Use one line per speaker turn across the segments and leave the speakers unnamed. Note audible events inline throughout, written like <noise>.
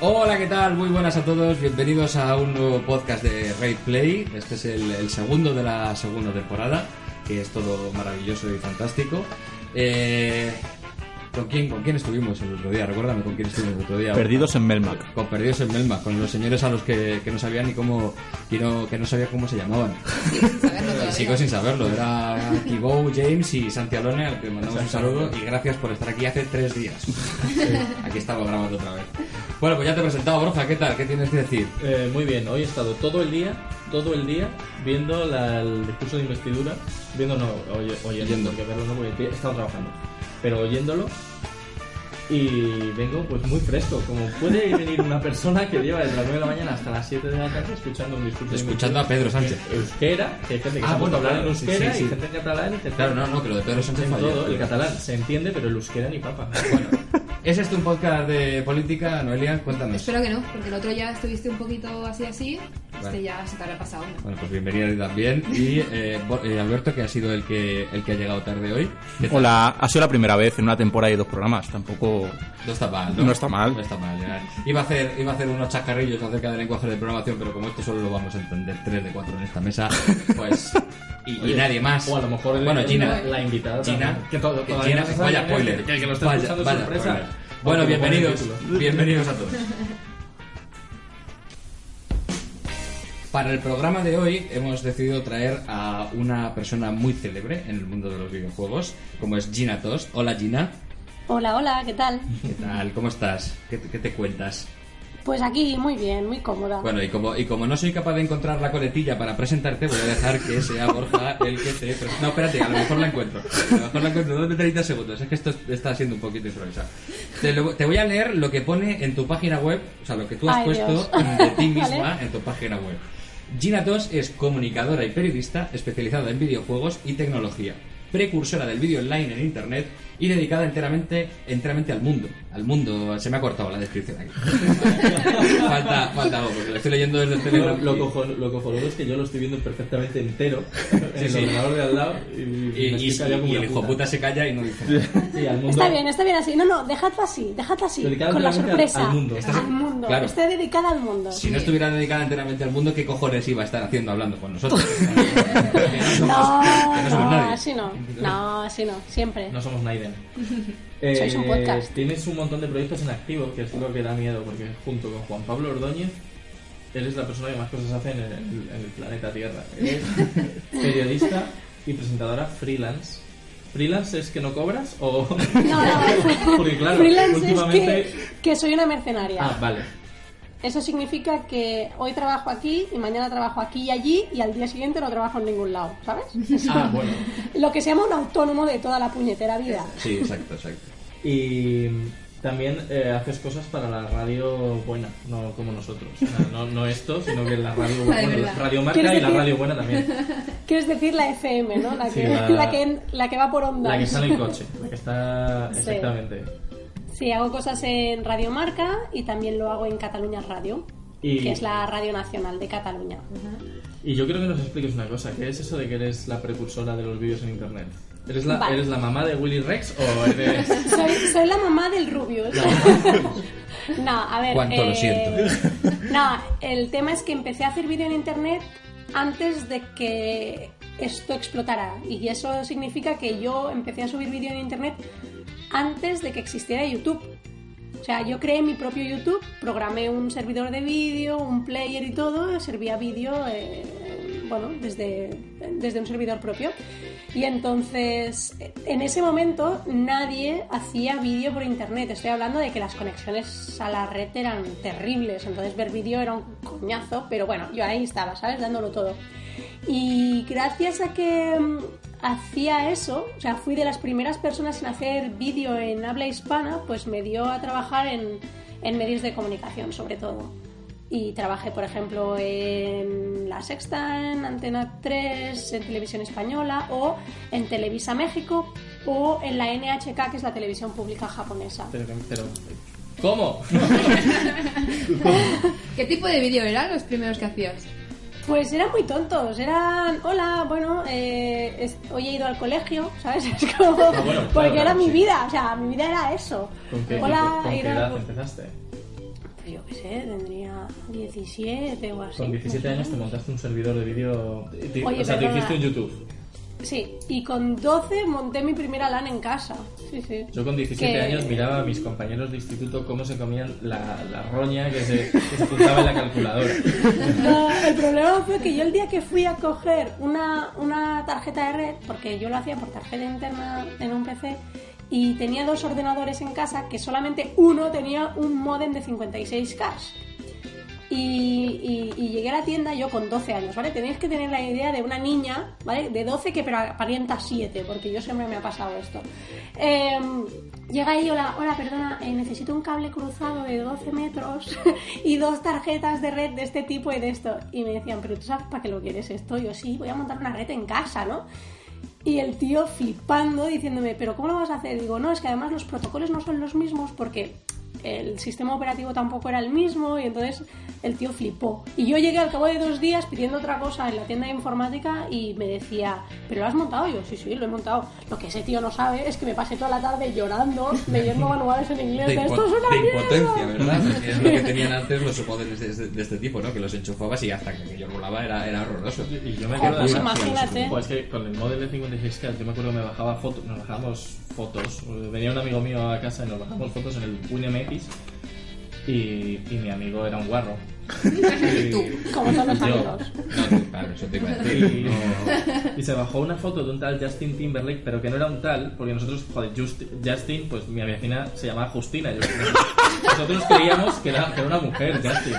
Hola, ¿qué tal? Muy buenas a todos. Bienvenidos a un nuevo podcast de Raid Play. Este es el, el segundo de la segunda temporada, que es todo maravilloso y fantástico. Eh, ¿con, quién, ¿Con quién estuvimos el otro día? Recuérdame con quién estuvimos el otro día.
Perdidos en Melmac.
Con Perdidos en Melma, con los señores a los que, que no sabía ni cómo, que no, que no sabía cómo se llamaban. <laughs> Y sigo sin saberlo. Era Thibaut, James y Santi Alone, al que mandamos un saludo y gracias por estar aquí hace tres días. Aquí estamos grabando otra vez. Bueno, pues ya te he presentado, Borja, ¿qué tal? ¿Qué tienes que decir?
Eh, muy bien, hoy he estado todo el día, todo el día, viendo la- el discurso de investidura, viendo, no, oye- oyendo,
Oyendo.
porque verlo no, porque he estado trabajando, pero oyéndolo, y vengo pues muy fresco, como puede venir una persona que lleva desde las 9 de la mañana hasta las 7 de la tarde escuchando un discurso
Escuchando a
de
Pedro
investidura.
Sánchez.
Euskera, que hay gente que
Ah,
se ha
bueno,
puesto a hablar
claro,
en
sí,
euskera
sí, sí.
y gente que habla en catalán.
Claro, no, no, que lo de Pedro Sánchez
En
falló.
todo, el catalán se entiende, pero el euskera
<laughs>
ni papa.
Bueno, ¿es este un podcast de política, Noelia? Cuéntanos.
Espero que no, porque el otro ya estuviste un poquito así así,
Vale.
este ya se te habrá pasado. ¿no?
Bueno, pues bienvenida a ti también. Y eh, Bo- eh, Alberto, que ha sido el que, el que ha llegado tarde hoy. ¿Qué tal?
Hola, ha sido la primera vez en una temporada y dos programas, tampoco...
No está mal, ¿no?
No está mal.
No está mal, ya. Iba a hacer, iba a hacer unos chacarrillos acerca del lenguaje de programación, pero como esto solo lo vamos a entender tres de cuatro en esta mesa,
<laughs>
pues. Y, y
Oye,
nadie más.
O a lo mejor el-
bueno, Gina,
la invitada.
Gina,
también. que todo,
que
todavía
Gina,
no se sabe
vaya
quién es,
spoiler.
Que el que lo está
Vaya-
escuchando es
vaya
sorpresa.
spoiler.
Aunque
Bueno,
lo pone en el
bienvenidos.
título.
Bienvenidos a todos. Para el programa de hoy hemos decidido traer a una persona muy célebre en el mundo de los videojuegos, como es Gina Tost. Hola Gina,
Hola, hola, ¿qué tal?
¿qué tal? ¿Cómo estás? ¿Qué, qué te cuentas?
Pues aquí muy bien, muy cómoda.
Bueno, y como, y como no soy capaz de encontrar la coletilla para presentarte, voy a dejar que sea Borja el que te presente. No, espérate, a lo mejor la encuentro. A lo mejor la encuentro. Dame 30 segundos. Es que esto está siendo un poquito improvisado. Te, lo- te voy a leer lo que pone en tu página web, o sea, lo que tú has
Ay,
puesto
Dios.
de
<laughs>
ti misma
Vale.
en tu página web. Gina Tos es comunicadora y periodista especializada en videojuegos y tecnología, precursora del vídeo online en internet y dedicada enteramente, enteramente al mundo. Al mundo, se me ha cortado la descripción aquí. falta, falta algo, porque lo estoy leyendo desde el
Lo,
Telegram.
lo,
y-
cojo- lo cojonudo es que yo lo estoy viendo perfectamente <laughs> entero en
sí.
el ordenador de al lado y,
Y,
me
y-
estoy callado como
y el
una
hijo puta se calla y no dice nada.
Sí, al mundo.
Está bien, está bien así. No, no, dejadlo así, dejadlo así.
Dedicada
Con la
enteramente
sorpresa.
al mundo.
Estás-
Al mundo.
claro.
Está dedicada al mundo.
Si no estuviera dedicada enteramente al mundo, ¿qué cojones iba a estar haciendo hablando con
<laughs>
nosotros? Que no somos-
No,
que no somos
no,
nadie.
así no. No, así no, siempre.
No somos
<laughs>
Naiden. Eh,
Sois un podcast.
Tienes un montón de proyectos en activo, que es lo que da miedo, porque junto con Juan Pablo Ordóñez, él es la persona que más cosas hace en el, en el planeta Tierra.
<laughs>
Es periodista y presentadora freelance. ¿Freelance es que no cobras o...? <laughs>
No, no.
Porque claro,
Freelance
últimamente...
es que, que soy una mercenaria.
Ah, vale.
Eso significa que hoy trabajo aquí y mañana trabajo aquí y allí y al día siguiente no trabajo en ningún lado, ¿sabes?
Ah, bueno.
Lo que se llama un autónomo de toda la puñetera vida.
Sí, exacto, exacto.
Y también eh, haces cosas para la radio buena, no como nosotros. O sea, no, no esto, sino que la
<laughs>
radio buena.
Ay,
bueno,
verdad.
radio marca y
¿Quieres
la
decir?
radio buena también.
Quieres decir la FM, ¿no? La que,
Sí, la-
la que, la que va por ondas.
La que está en el coche. La que está.
<laughs> Sí.
Exactamente.
Sí, hago cosas en Radio Marca y también lo hago en Cataluña Radio,
Y-
que es la radio nacional de Cataluña.
Y yo creo que nos expliques una cosa: ¿qué es eso de que eres la precursora de los vídeos en internet? ¿Eres la,
Vale.
¿Eres la mamá de Willy Rex o
<laughs>
eres.?
Soy, soy la mamá del Rubius. <laughs> no, a ver. eh,
Cuánto lo siento.
<laughs> No, el tema es que empecé a hacer vídeo en internet antes de que esto explotara. Y eso significa que yo empecé a subir vídeo en internet antes de que existiera YouTube. O sea, yo creé mi propio YouTube, programé un servidor de vídeo, un player y todo, servía vídeo, eh, bueno, desde, desde un servidor propio. Y entonces, en ese momento nadie hacía vídeo por internet. Estoy hablando de que las conexiones a la red eran terribles, entonces ver vídeo era un coñazo, pero bueno, yo ahí estaba, ¿sabes? Dándolo todo. Y gracias a que mm, hacía eso, o sea, fui de las primeras personas en hacer vídeo en habla hispana, pues me dio a trabajar en, en medios de comunicación, sobre todo. Y trabajé, por ejemplo, en La Sexta, en Antena 3, en Televisión Española o en Televisa México o en la NHK, que es la televisión pública japonesa.
Pero, pero- ¿Cómo?
¿Qué tipo de vídeo eran los primeros que hacías?
Pues eran muy tontos, eran, hola, bueno, eh, es- hoy he ido al colegio, ¿sabes? <laughs> Es como,
Ah, bueno, claro,
porque era
claro,
mi
sí.
vida, o sea, mi vida era eso.
¿Con qué,
hola,
con qué
era- pues,
edad empezaste?
Yo qué sé, tendría 17 o así.
Con 17
no sé.
años te montaste un servidor de vídeo. te-
Oye,
o sea, te
perdona.
hiciste un YouTube.
Sí, y con 12 monté mi primera LAN en casa. Sí, sí.
Yo con 17
Que-
años miraba a mis compañeros de instituto cómo se comían la, la roña que se, que se juntaba en la calculadora.
No, el problema fue que yo el día que fui a coger una, una tarjeta de red, porque yo lo hacía por tarjeta interna en un PC, y tenía dos ordenadores en casa que solamente uno tenía un modem de 56K. Y, y- y llegué a la tienda yo con 12 años, ¿vale? Tenéis que tener la idea de una niña, ¿vale? De 12 que pero aparenta 7, porque yo siempre me ha pasado esto. Eh, llega ahí, hola, hola, perdona, eh, necesito un cable cruzado de 12 metros <laughs> y dos tarjetas de red de este tipo y de esto. Y me decían, pero ¿tú sabes para qué lo quieres esto? Yo sí, voy a montar una red en casa, ¿no? Y el tío flipando, diciéndome, ¿pero cómo lo vas a hacer? Digo, no, es que además los protocolos no son los mismos porque el sistema operativo tampoco era el mismo y entonces el tío flipó. Y yo llegué al cabo de dos días pidiendo otra cosa en la tienda de informática y me decía, ¿pero lo has montado? Y yo, sí, sí, lo he montado. Lo que ese tío no sabe es que me pasé toda la tarde llorando,
<laughs>
leyendo manuales en inglés.
De,
de,
impo-
esto es una
de
mierda".
impotencia, ¿verdad? Porque es lo que tenían antes los poderes de, de- de este tipo, ¿no? Que los enchufabas y hasta que yo volaba era, era horroroso.
Y yo me
Joder,
acuerdo
pues
además-
imagínate.
Joder, es que con el modelo de 56K, yo me acuerdo que me bajaba fotos, nos bajábamos fotos. Venía un amigo mío a casa y nos bajamos fotos en el WinMX y, y mi amigo era un guarro. Y-
Como todos los
yo.
amigos.
No, tú, claro, eso te iba a decir.
Y,
No,
y se bajó una foto de un tal Justin Timberlake, pero que no era un tal, porque nosotros, joder, Just- Justin, pues mi vecina se llamaba Justina. yo- <laughs> nosotros creíamos que era, que era una mujer, Justin.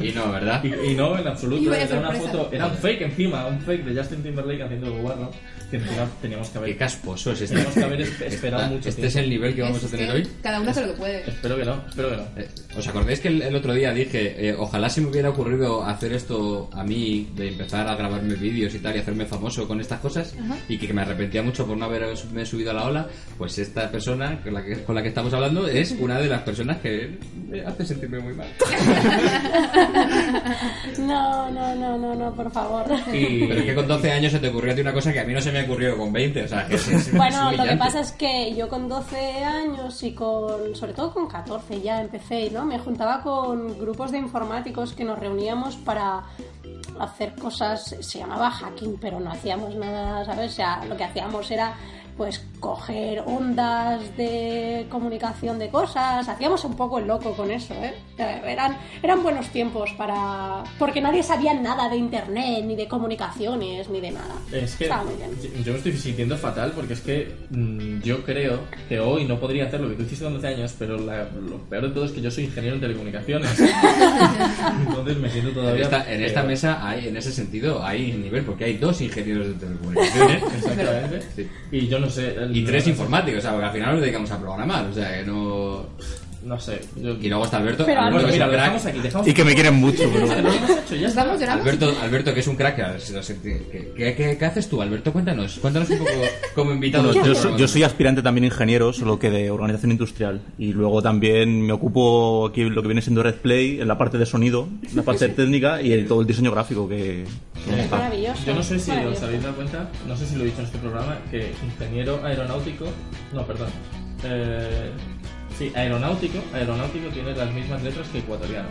y no, ¿verdad?
Y, y no, en absoluto.
Y vaya
era una
sorpresa.
foto, era un fake encima, un fake de Justin Timberlake haciendo el guarro. Que encima teníamos que
Qué
haber.
casposo es este.
Tenemos que haber esp- esperado
Esta-
mucho
Este es el
tiempo.
nivel que vamos a
Es
tener
que
hoy.
Cada uno hace lo que puede.
Espero que no, espero que no.
Eh, ¿Os acordáis que el, el otro día dije, eh, ojalá se me hubiera ocurrido hacer esto a mí, de empezar a grabarme vídeos y tal, y hacerme famoso con estas cosas, y que, que me arrepentía mucho por no haberme subido a la ola? Pues esta persona con la que, con la que estamos hablando es una de las personas que me hace sentirme muy
<laughs>
mal.
No, no, no, no, no, por favor.
Pero es que con 12 años se te ocurrió a ti una cosa que a mí no se me ocurrió con 20, o sea, que es,
<laughs>
es-
<laughs> Bueno,
es
lo que
humillante.
pasa es que yo con 12 años y con, sobre todo con 14 ya empecé, ¿no? Me juntaba con grupos de informáticos que nos reuníamos para hacer cosas, se llamaba hacking, pero no hacíamos nada, ¿sabes? O sea, lo que hacíamos era pues coger ondas de comunicación de cosas, hacíamos un poco el loco con eso, ¿eh? O sea, Eran, eran buenos tiempos para... porque nadie sabía nada de internet, ni de comunicaciones, ni de nada.
Es que
Estaba muy bien.
yo- yo me estoy sintiendo fatal porque es que mm, yo creo que hoy no podría hacer lo que tú hiciste con 12 años, pero la- lo peor de todo es que yo soy ingeniero en telecomunicaciones. Entonces me siento
En
todavía.
esta, en esta
peor.
mesa hay, en ese sentido, hay nivel, porque hay dos ingenieros de telecomunicaciones.
<laughs>
Exactamente.
Sí.
Y yo no sé. el-
Y tres
no-
informáticos, o sea, porque al final nos dedicamos a programar, o sea, que no...
No sé. yo-
Y luego está Alberto,
Pero
Alberto
Bueno,
que es
mira,
un
lo
crack,
dejamos aquí. Dejamos
Y que me quieren mucho, pero...
Lo hemos hecho, ya
Nos
está.
vamos llorando.
Alberto, Alberto, que es un crack, que- lo siento, que- que- que- ¿qué haces tú, Alberto? Cuéntanos, cuéntanos un poco como invitado.
Bueno, yo, soy, yo soy aspirante también ingeniero, solo que de organización industrial. Y luego también me ocupo aquí lo que viene siendo Red Play, en la parte de sonido, la parte técnica y el- todo el diseño gráfico que... que
Es maravilloso.
Yo no sé si os
maravilloso.
habéis dado cuenta, no sé si lo he dicho en este programa, que ingeniero aeronáutico, no, perdón, eh, sí, aeronáutico, aeronáutico tiene las mismas letras que ecuatoriano.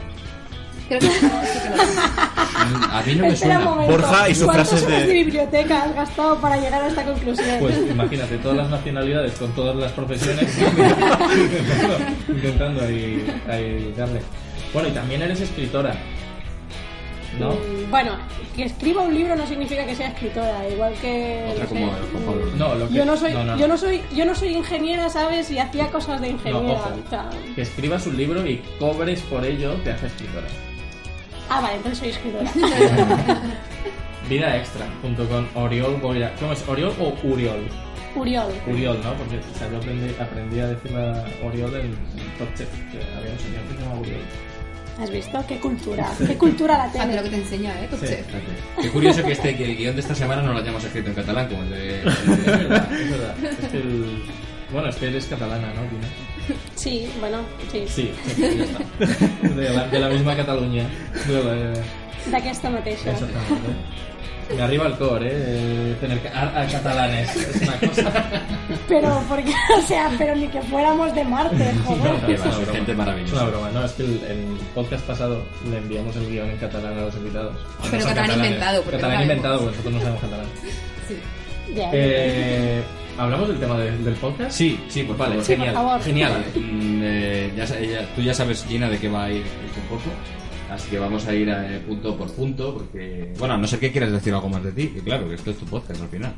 Creo que sí que lo es.
A mí no me
Espera un
suena.
momento.
Borja y sus
¿Cuántas
frases
horas
de-
de biblioteca has gastado para llegar a esta conclusión? <laughs>
Pues imagínate, todas las nacionalidades con todas las profesiones <laughs> intentando, intentando ahí, ahí darle. Bueno, y también eres escritora. ¿No?
Mm, Bueno, que escriba un libro no significa que sea escritora, igual que.
Otra
no sé, Mm,
como Juan Pablo Ordóñez.
No, lo que...
Yo no soy, yo no soy, yo no soy ingeniera, ¿sabes? Y hacía cosas de
No,
ingeniera.
ojo.
o sea,
Que escribas un libro y cobres por ello, te hace escritora.
Ah, vale, entonces
<laughs>
soy escritora.
Vida extra, junto con Oriol Boira. ¿Cómo es? ¿Oriol o Uriol?
Uriol.
Uriol, ¿no? Porque o sea, yo aprendí, aprendí a decir a Oriol en, en Top Chef, que había un señor que se llamaba Uriol.
¿Has visto? ¡Qué cultura! ¡Qué cultura la
Sabe lo que
tele!
te enseña, ¿eh? Top
Sí.
Chef.
Qué curioso que este que el guión de esta semana no lo hayamos escrito en catalán, como el de. el
Es
de-
verdad, es verdad. Es que el... Bueno, es que eres catalana, ¿no? Tina?
Sí, bueno, sí.
Sí, sí, ya está. De la, de la misma Cataluña. De la-
D'aquesta mateixa.
Exactamente. Me arriba el core, ¿eh? eh, Tener ca- a, a catalanes. Es una cosa.
Pero, porque, <laughs> o sea, pero ni que fuéramos de Marte,
<laughs>
joder.
Que va,
Es una
gente
broma.
maravillosa.
Es una broma, ¿no? Es que el, el podcast pasado le enviamos el guión en catalán a los invitados.
Pero
son
catalán
catalanes.
inventado, porque
Catalán
no sabemos.
inventado, porque nosotros no sabemos catalán.
Sí.
Ya.
Eh, ¿Hablamos del tema de- del podcast?
Sí, sí, pues vale,
Sí, por
genial.
favor.
Genial. Mm, eh, ya sa- ya- tú ya sabes, Gina, de qué va a ir esto un poco. Así que vamos a ir eh, punto por punto, porque. Bueno, a no ser que quieras decir algo más de ti, que claro, que esto es tu podcast al final.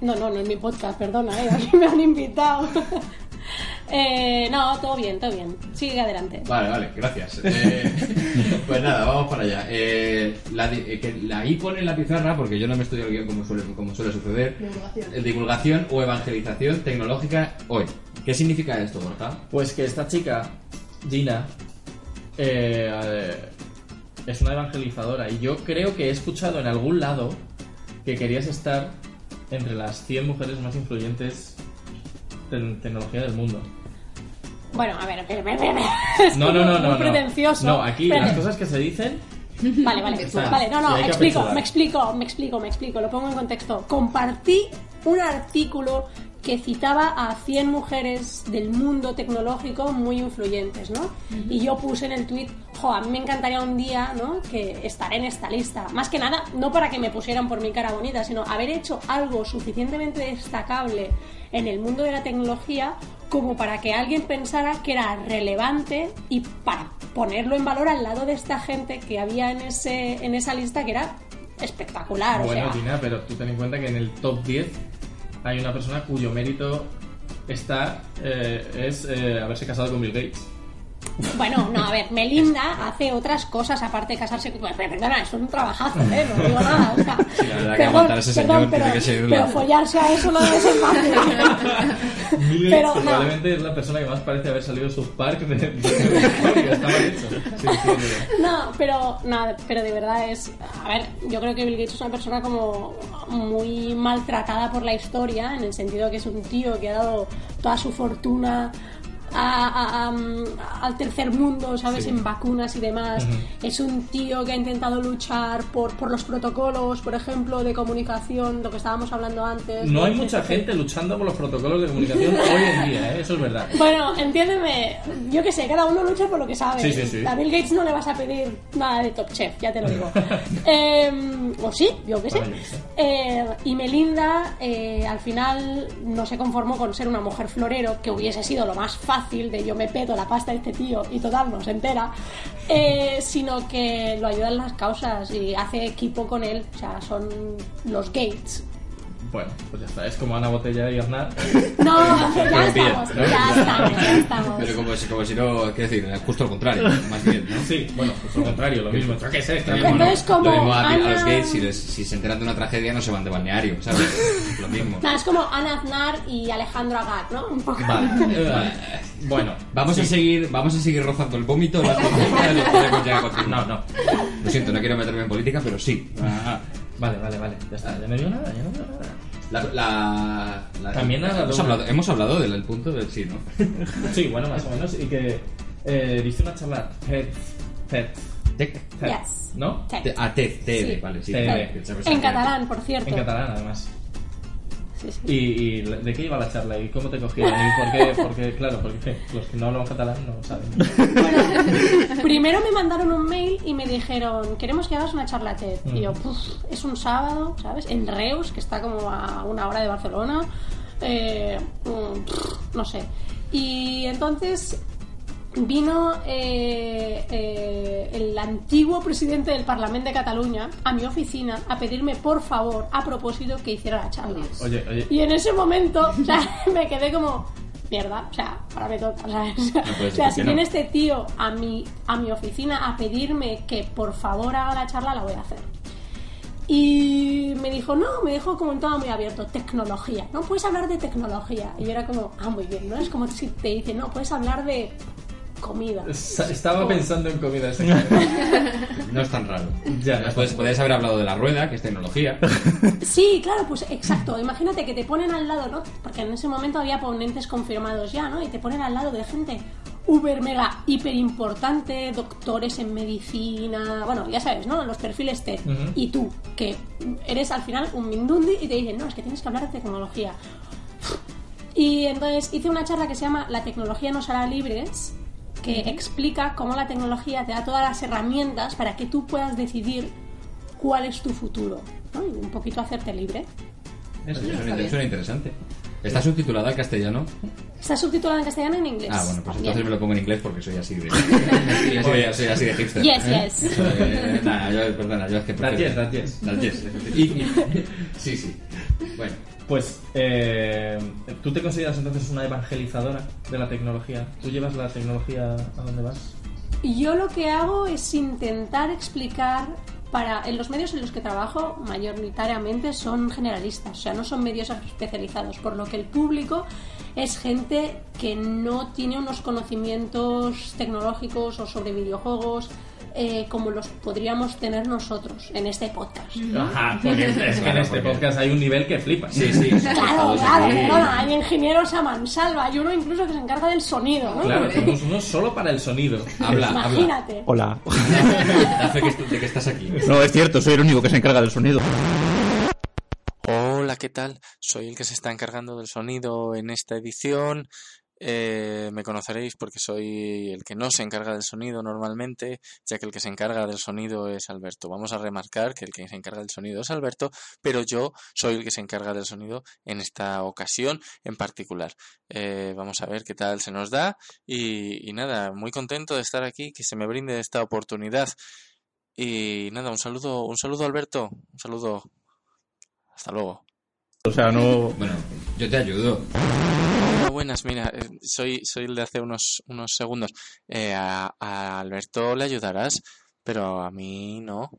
No, no, no es mi podcast, perdona, eh, <laughs> aquí me han invitado. <laughs> Eh, no, todo bien, todo bien. Sigue adelante.
Vale, vale, gracias. Eh, <laughs> pues nada, vamos para allá. Eh, la, di- eh, que la I pone en la pizarra, porque yo no me estudio el guión como suele, como suele suceder.
Divulgación.
Eh, Divulgación o evangelización tecnológica hoy. ¿Qué significa esto, Borja?
Pues que esta chica, Gina, eh, eh, es una evangelizadora y yo creo que he escuchado en algún lado que querías estar entre las 100 mujeres más influyentes en tecnología del mundo.
Bueno, a ver, a ver, a ver, a ver. Es
No,
que
no, no,
<laughs> es
no.
muy
no.
pretencioso.
No, aquí
Espérate.
las cosas que se dicen.
Vale, vale.
Pechuga.
Vale, no,
Sí,
no,
hay que
explico,
pechugar.
me explico, me explico, me explico, lo pongo en contexto. Compartí un artículo que citaba a 100 mujeres del mundo tecnológico muy influyentes, ¿no? Y yo puse en el tweet, jo, a mí me encantaría un día, ¿no? Que estaré en esta lista. Más que nada, no para que me pusieran por mi cara bonita, sino haber hecho algo suficientemente destacable en el mundo de la tecnología como para que alguien pensara que era relevante y para ponerlo en valor al lado de esta gente que había en, ese, en esa lista que era espectacular.
bueno,
o sea,
Gina, pero tú ten en cuenta que en el top 10 hay una persona cuyo mérito está eh, es eh, haberse casado con Bill Gates.
<laughs> bueno, no, a ver, Melinda hace otras cosas aparte de casarse con... Bueno, Perdona, es un trabajazo, ¿eh? No digo nada. O sea,
la verdad que aguantar a ese señor tiene
pero,
que ser
pero
la-
follarse a eso no debe ser fácil.
<laughs>
Bill Gates
Pero, no.
probablemente es la persona que más parece haber salido de South Park de, de- de- de- está mal hecho. Sí, sí, sí.
No, pero no, pero de verdad es, a ver, yo creo que Bill Gates es una persona como muy maltratada por la historia, en el sentido que es un tío que ha dado toda su fortuna a- a- a, mm, al tercer mundo, ¿sabes?
Sí.
En vacunas y demás.
Ujú.
Es un tío que ha intentado luchar por, por los protocolos, por ejemplo, de comunicación, lo que estábamos hablando antes.
No hay
de-
mucha gente luchando por los protocolos de comunicación hoy en día, ¿eh? eso es verdad.
Bueno, entiéndeme, yo que sé, cada uno lucha por lo que sabe.
Sí, sí, sí.
A Bill Gates no le vas a pedir nada de Top Chef, ya te
<laughs>
lo digo. Em, o sí, yo que sé.
Bueno, yo qué sé.
Eh, y Melinda eh, al final no se conformó con ser una mujer florero, que hubiese sido lo más fácil de yo me pedo la pasta de este tío y total no se entera, eh, sino que lo ayudan las causas y hace equipo con él, o sea, son los Gates.
Bueno, pues ya está, es como Ana Botella y Aznar.
No, ya
Pero bien,
estamos,
¿no?
ya estamos, ya estamos.
Pero como si, como si no, quiero decir, justo al contrario, más bien, ¿no?
Sí, bueno, pues lo contrario, lo mismo. Yo ¿Qué es este, esto?
Lo mismo,
Entonces,
¿no?
como
Lo mismo a, a
Ana-
los gays, si, les- si se enteran de una tragedia, no se van de balneario, ¿sabes? Lo
<laughs>
mismo.
Nada, es como Ana Aznar y Alejandro Agat, ¿no? Un poco.
Vale. Eh, vale. Bueno,
Vamos a seguir, vamos a seguir rozando el
<laughs>
vómito. las cosas, no podemos llegar a continuar.
No, no.
Lo siento, no quiero meterme en política, pero sí. Ah,
Vale, vale, vale. Ya está, ya no digo nada, ya no digo nada.
La, la- la-
También ha dado
hemos
una-
hablado, hemos hablado del el punto del sí, ¿no?
Sí, bueno, más o menos. Y que eh, diste una charla TED, TED,
Tec-
TED,
Yes.
¿no?
Sí.
te- Ah, TED, TED,
Sí.
vale, sí.
TED.
vale, sabes
En
que-
catalán, por cierto.
En catalán, además.
Sí, sí.
¿Y, y de qué iba la charla? ¿Y cómo te cogieron? ¿Y por qué? Porque, claro, porque los que no hablan catalán no saben.
Primero me mandaron un mail y me dijeron, queremos que hagas una charla TED. Y
Mm.
yo, "Puf, es un sábado, ¿sabes? En Reus, que está como a una hora de Barcelona. Eh, mm, pff, no sé. Y entonces vino eh, eh, el antiguo presidente del Parlamento de Cataluña a mi oficina a pedirme por favor, a propósito, que hiciera la charla.
Oye, oye,
Y en ese momento,
<laughs>
o sea, me quedé como, mierda, o sea, ahora me toca, ¿sabes?
puede
o
ser
sea,
que
si
no.
viene este tío a mi, a mi oficina a pedirme que por favor haga la charla, la voy a hacer. Y me dijo, no, me dijo como un tema muy abierto, tecnología, no puedes hablar de tecnología. Y yo era como, ah, muy bien, ¿no? Es como si te dicen, no, puedes hablar de comida.
sa- estaba pensando en comida ese cabrón.
No es tan raro.
Ya,
Además, puedes- podrías haber hablado de la rueda, que es tecnología.
Sí, claro, pues exacto. Imagínate que te ponen al lado, ¿no? Porque en ese momento había ponentes confirmados ya, ¿no? Y te ponen al lado de gente uber, mega, hiper importante, doctores en medicina, bueno, ya sabes, ¿no? Los perfiles T.
Ujú.
Y tú, que eres al final un mindundi y te dicen, no, es que tienes que hablar de tecnología. Y entonces hice una charla que se llama La tecnología nos hará libres, que explica cómo la tecnología te da todas las herramientas para que tú puedas decidir cuál es tu futuro, ¿no? Y un poquito hacerte libre.
Eso suena,
Oye, está
inter-
bien.
suena interesante. ¿Está subtitulada al castellano?
Está subtitulada en castellano y en inglés.
Ah, bueno, pues
también.
entonces me lo pongo en inglés porque soy así
<laughs>
de. soy, así de soy así de hipster.
Yes, yes.
Eso, eh, nada, yo, perdona, yo es que.
Las 10, las 10.
Las 10. Y- y- Sí, sí. Bueno,
Pues, eh, ¿tú te consideras entonces una evangelizadora de la tecnología? ¿Tú llevas la tecnología a donde vas?
Yo lo que hago es intentar explicar para en los medios en los que trabajo mayoritariamente son generalistas, o sea, no son medios especializados, por lo que el público es gente que no tiene unos conocimientos tecnológicos o sobre videojuegos eh, como los podríamos tener nosotros en este podcast.
Mm.
Ajá,
pues,
porque es que en
Claro,
este
porque-
podcast hay un nivel que flipas.
sí, sí.
Claro,
estamos
claro,
aquí.
perdona, hay ingenieros a mansalva, hay uno incluso que se encarga del sonido, ¿no?
Claro, tenemos uno solo para el sonido.
Habla, habla.
Imagínate.
Hola.
Da fe que est- de que estás aquí.
No, es cierto, soy el único que se encarga del sonido.
Hola, ¿qué tal? Soy el que se está encargando del sonido en esta edición. Eh, me conoceréis porque soy el que no se encarga del sonido normalmente, ya que el que se encarga del sonido es Alberto. Vamos a remarcar que el que se encarga del sonido es Alberto, pero yo soy el que se encarga del sonido en esta ocasión en particular. Eh, vamos a ver qué tal se nos da y, y nada, muy contento de estar aquí, que se me brinde esta oportunidad. Y nada, un saludo, un saludo Alberto, un saludo. Hasta luego.
O sea, no.
Bueno, yo te ayudo.
Hola, buenas, mira, eh, soy, soy el de hace unos, unos segundos. Eh, a, a Alberto le ayudarás, pero a mí no.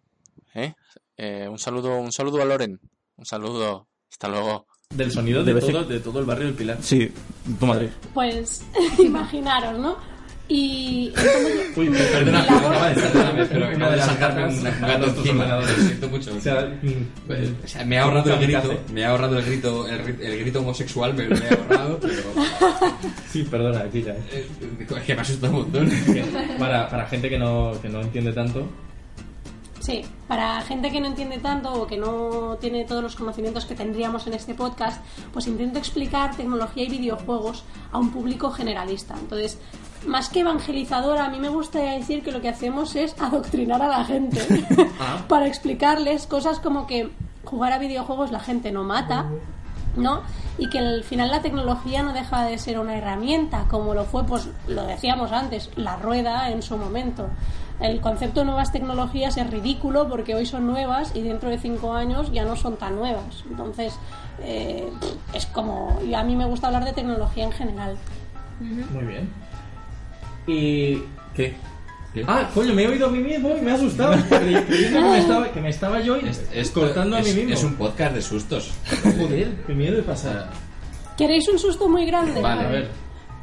¿Eh? Eh, un saludo, un saludo a Loren. Un saludo. Hasta luego.
Del sonido de
Debe
todo, de todo el barrio del Pilar.
Sí, tu madre.
Pues <laughs> imaginaros, ¿no? Y entonces
Uy,
Perdona,
Y la voz.
perdona, perdóname, pero acabo de sacarme
gatas
un un
a
gato
los dos
encima. Lo
ordenadores.
siento mucho.
O sea, mm,
Pues,
eh,
o sea, me ha ahorrado el grito,
Kamikaze.
me ha ahorrado el grito, el, ri- el grito homosexual, me lo he ahorrado, pero
sí, perdona, chica.
eh, es que me asusta un montón.
Para, para gente que no, que no entiende tanto,
Sí, para gente que no entiende tanto o que no tiene todos los conocimientos que tendríamos en este podcast, pues intento explicar tecnología y videojuegos a un público generalista. Entonces, más que evangelizadora, a mí me gustaría decir que lo que hacemos es adoctrinar a la gente <laughs> para explicarles cosas como que jugar a videojuegos la gente no mata. ¿no? Y que al final la tecnología no deja de ser una herramienta, como lo fue, pues lo decíamos antes, la rueda en su momento. El concepto de nuevas tecnologías es ridículo porque hoy son nuevas y dentro de cinco años ya no son tan nuevas. Entonces, eh, es como. y a mí me gusta hablar de tecnología en general.
muy bien. Y
¿Qué? ¿Qué?
Ah, coño, me he oído a mí mismo y me ha
<laughs>
asustado. Creyendo que me estaba, que me estaba yo y
Esto
cortando
es,
a mí mismo.
Es un podcast de sustos.
Joder, qué miedo de pasar.
¿Queréis un susto muy grande?
Vale,
A ver,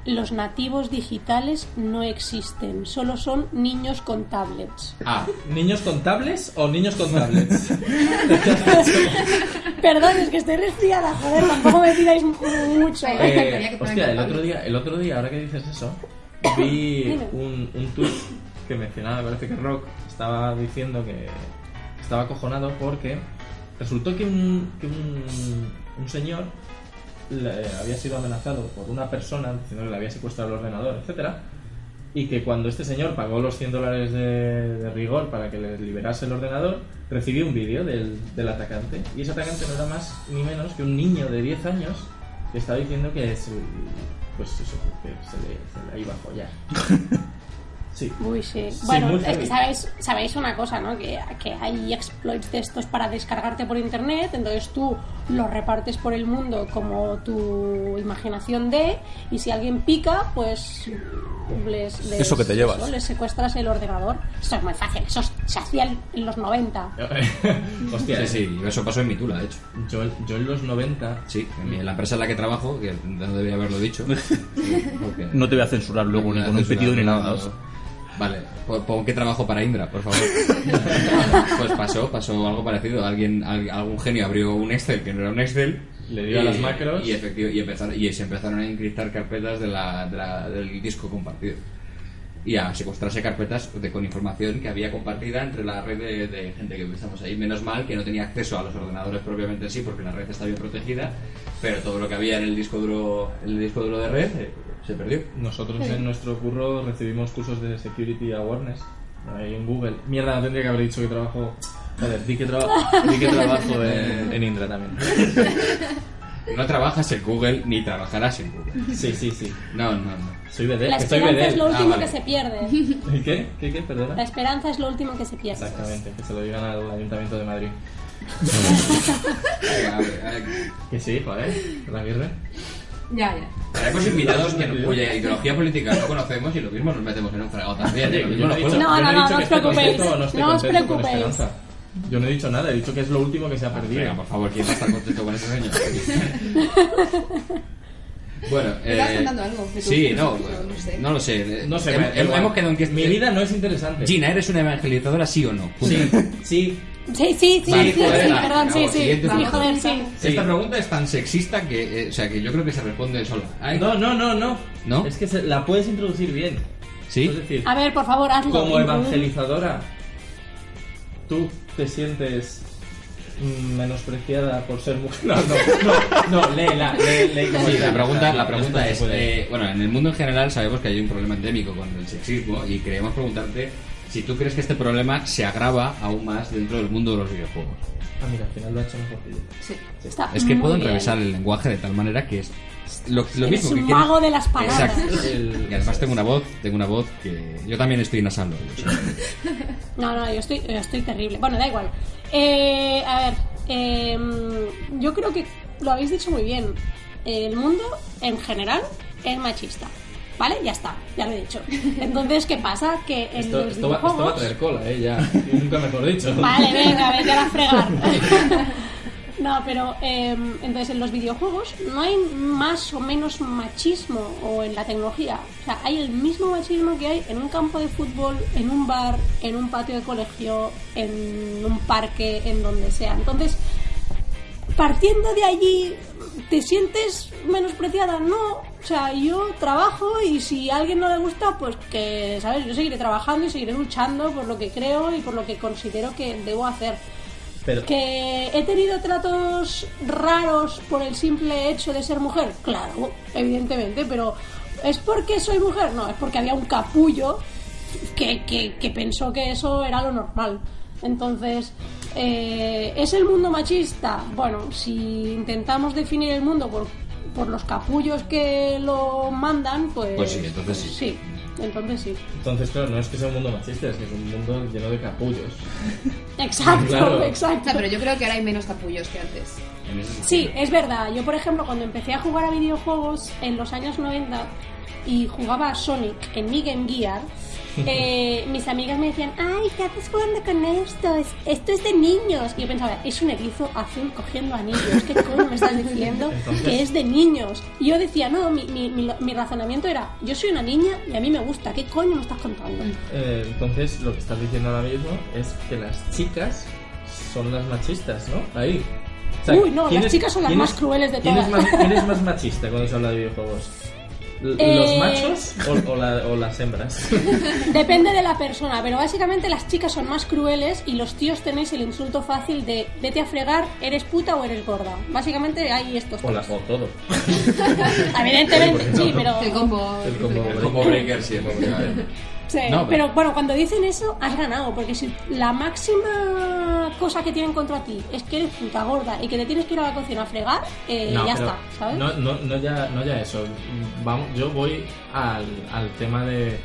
Los nativos digitales no existen, solo son niños con tablets.
Ah,
¿niños contables o niños
<laughs>
contables?
Perdón, es que estoy resfriada, joder, tampoco me pidáis mucho.
Venga.
Eh,
Tenía que poner
hostia, el
contable.
otro día, el otro día, ahora que dices eso, vi
Dime.
un, un tweet que mencionaba, me parece que Rock estaba diciendo que estaba acojonado porque resultó que un, que un, un señor le había sido amenazado por una persona diciendo que le había secuestrado el ordenador, etcétera, y que cuando este señor pagó los 100 dólares de, de rigor para que le liberase el ordenador, recibió un vídeo del, del atacante. Y ese atacante no era más ni menos que un niño de 10 años que estaba diciendo que es. Pues eso, que se le, se le iba a
<laughs>
follar. Sí.
Uy, sí.
Sí,
Bueno,
muy
es
heavy.
que sabéis, sabéis una cosa, ¿no? Que, que hay exploits de estos para descargarte por internet, entonces tú los repartes por el mundo como tu imaginación de, y si alguien pica, pues les, les-
Eso que te llevas.
les secuestras el ordenador. Eso es muy fácil, eso es- se hacía en los 90.
Hostia, eh. Ah.
Sí, sí, eso pasó en mi tula, de hecho.
Yo, yo en los 90.
Sí, en mi- la empresa en la que trabajo, que no debería haberlo
<laughs>
dicho. porque-
No te voy a censurar luego ni con un pedido ni nada.
Vale, pon pon que trabajo para Indra, por favor. pues pasó, pasó algo parecido. Alguien, al- algún genio abrió un Excel que no era un Excel.
Le dio a
y-
las macros.
Y, efectivo- y, empezaron, y se empezaron a encriptar carpetas de la- de la- del disco compartido. Y a secuestrarse carpetas de, con información que había compartida entre la red de, de gente que utilizamos ahí. Menos mal que no tenía acceso a los ordenadores propiamente en sí, porque la red está bien protegida, pero todo lo que había en el disco duro, en el disco duro de red eh, se perdió.
Nosotros en nuestro curro recibimos cursos de security awareness. Ahí en Google. Mierda, no tendría que haber dicho que trabajo. Joder, di que, traba- di que trabajo en, en Indra también.
No trabajas en Google ni trabajarás en Google.
Sí, sí, sí.
No, no, no.
Soy BD,
La
que eh. soy
esperanza es
BD.
lo
Ah,
último
vale.
que se pierde.
¿Y ¿Qué? ¿Qué? ¿Qué?
La
Perdona.
esperanza es lo último que se pierde.
Exactamente, que se lo digan al Ayuntamiento de Madrid.
Eh, a ver, a ver.
Que sí, joder. La guerra.
Ya, ya.
Traemos invitados que, cuya ideología política no conocemos y lo mismo nos metemos en un fregado también. ¿eh? lo
Oye,
mismo
yo no
nos
he
cuelgan.
dicho-
No,
yo
no,
he
no,
dicho
no
que
os
esté
preocupéis.
contento o no esté
No os
contento con
preocupéis.
Esperanza. Yo no he dicho nada, he dicho que es lo último que se ha perdido.
Venga, por favor, ¿quién va a estar contento con ese sueño? bueno, eh,
Estabas contando algo de tu
Sí, no,
filosofía, no sé.
no lo sé. eh,
No sé,
hem-
me-
hem-
da igual.
hemos quedado en que este-
Mi vida no es interesante.
Gina, ¿eres una evangelizadora sí o no? Punto.
Sí, sí.
Sí, sí, sí,
Vale,
sí,
joder,
sí,
vale,
perdón, sí,
vamos,
sí.
siguiente
Sí,
pregunta.
joder, sí.
Sí.
Esta pregunta es tan sexista que, eh, o sea, que yo creo que se responde sola. Ay,
No, no, no, no.
¿No?
Es que se- la puedes introducir bien.
¿Sí?
Es decir,
A ver, por favor, hazlo.
como
Incluid-
evangelizadora, tú te sientes mm, menospreciada por ser mujer. <laughs> No, no, no, no léela, lé- lé cómo
Sí,
está.
la pregunta, la
No
pregunta es,
se puede.
eh, bueno, en el mundo en general sabemos que hay un problema endémico con el sexismo y queremos preguntarte si tú crees que este problema se agrava aún más dentro del mundo de los videojuegos.
Ah, mira, al final lo ha hecho mejor que yo.
Sí.
Está
Es que
Ah, muy
puedo
bien.
revisar el lenguaje de tal manera que es lo, lo
Eres
mismo que
un
quieres-
mago de las palabras.
Exacto. Y además tengo una voz, tengo una voz que yo también estoy nasando.
No, no, yo estoy, yo estoy terrible. Bueno, da igual. Eh, a ver, em, yo creo que lo habéis dicho muy bien. El mundo en general es machista. ¿Vale? Ya está, ya lo he dicho. Entonces, ¿qué pasa? Que en
Esto,
los
esto va, esto va a
videojuegos-
traer cola, eh, ya. <laughs> Nunca mejor dicho.
<laughs> Vale, venga, vete a la fregar. <laughs> No, pero eh, entonces en los videojuegos no hay más o menos machismo o en la tecnología. O sea, hay el mismo machismo que hay en un campo de fútbol, en un bar, en un patio de colegio, en un parque, en donde sea. Entonces, partiendo de allí, ¿te sientes menospreciada? No. O sea, yo trabajo y si a alguien no le gusta, pues que, ¿sabes? Yo seguiré trabajando y seguiré luchando por lo que creo y por lo que considero que debo hacer.
Pero-
¿Que he tenido tratos raros por el simple hecho de ser mujer? Claro, evidentemente, pero ¿es porque soy mujer? No, es porque había un capullo que, que- que pensó que eso era lo normal. Entonces, eh, ¿es el mundo machista? Bueno, si intentamos definir el mundo por, por los capullos que lo mandan, pues...
Pues sí, entonces sí.
Sí, entonces sí.
Entonces, claro, no es que sea un mundo machista, es que es un mundo lleno de capullos.
Exacto,
Claro.
O
exacto.
sea, pero yo creo que ahora hay menos capullos que antes.
Sí, es verdad. Yo, por ejemplo, cuando empecé a jugar a videojuegos en los años 90 y jugaba a Sonic en mi Game Gear, eh, mis amigas me decían, ay, ¿qué haces jugando con esto? Es- Esto es de niños. Y yo pensaba, es un erizo azul cogiendo anillos. ¿Qué coño me estás diciendo que es de niños? Y yo decía, no, mi, mi- mi- mi razonamiento era, yo soy una niña y a mí me gusta. ¿Qué coño me estás contando?
Eh, entonces, lo que estás diciendo ahora mismo es que las chicas son las machistas, ¿no? Ahí. O
Uy, no, las
¿quién es-
chicas son las
quién
más
es-
crueles de
quién es
todas.
más- ¿Quién es más machista cuando se habla de videojuegos? L-
Eh.
¿Los machos o, o la- o las
<laughs>
hembras?
Depende de la persona, pero básicamente las chicas son más crueles y los tíos tenéis el insulto fácil de vete a fregar, eres puta o eres gorda. Básicamente hay estos.
o, las, o todo.
Evidentemente,
Oye,
sí,
por
pero.
El combo.
El combo-
Como breaker sí, efectivamente.
Sí,
No, pero-
pero bueno, cuando dicen eso, has ganado, porque si la máxima cosa que tienen contra ti es que eres puta gorda y que te tienes que ir a la cocina a fregar, eh, ya
pero
está, ¿sabes?
No, no, no ya, no ya eso. Vamos, yo voy al, al tema de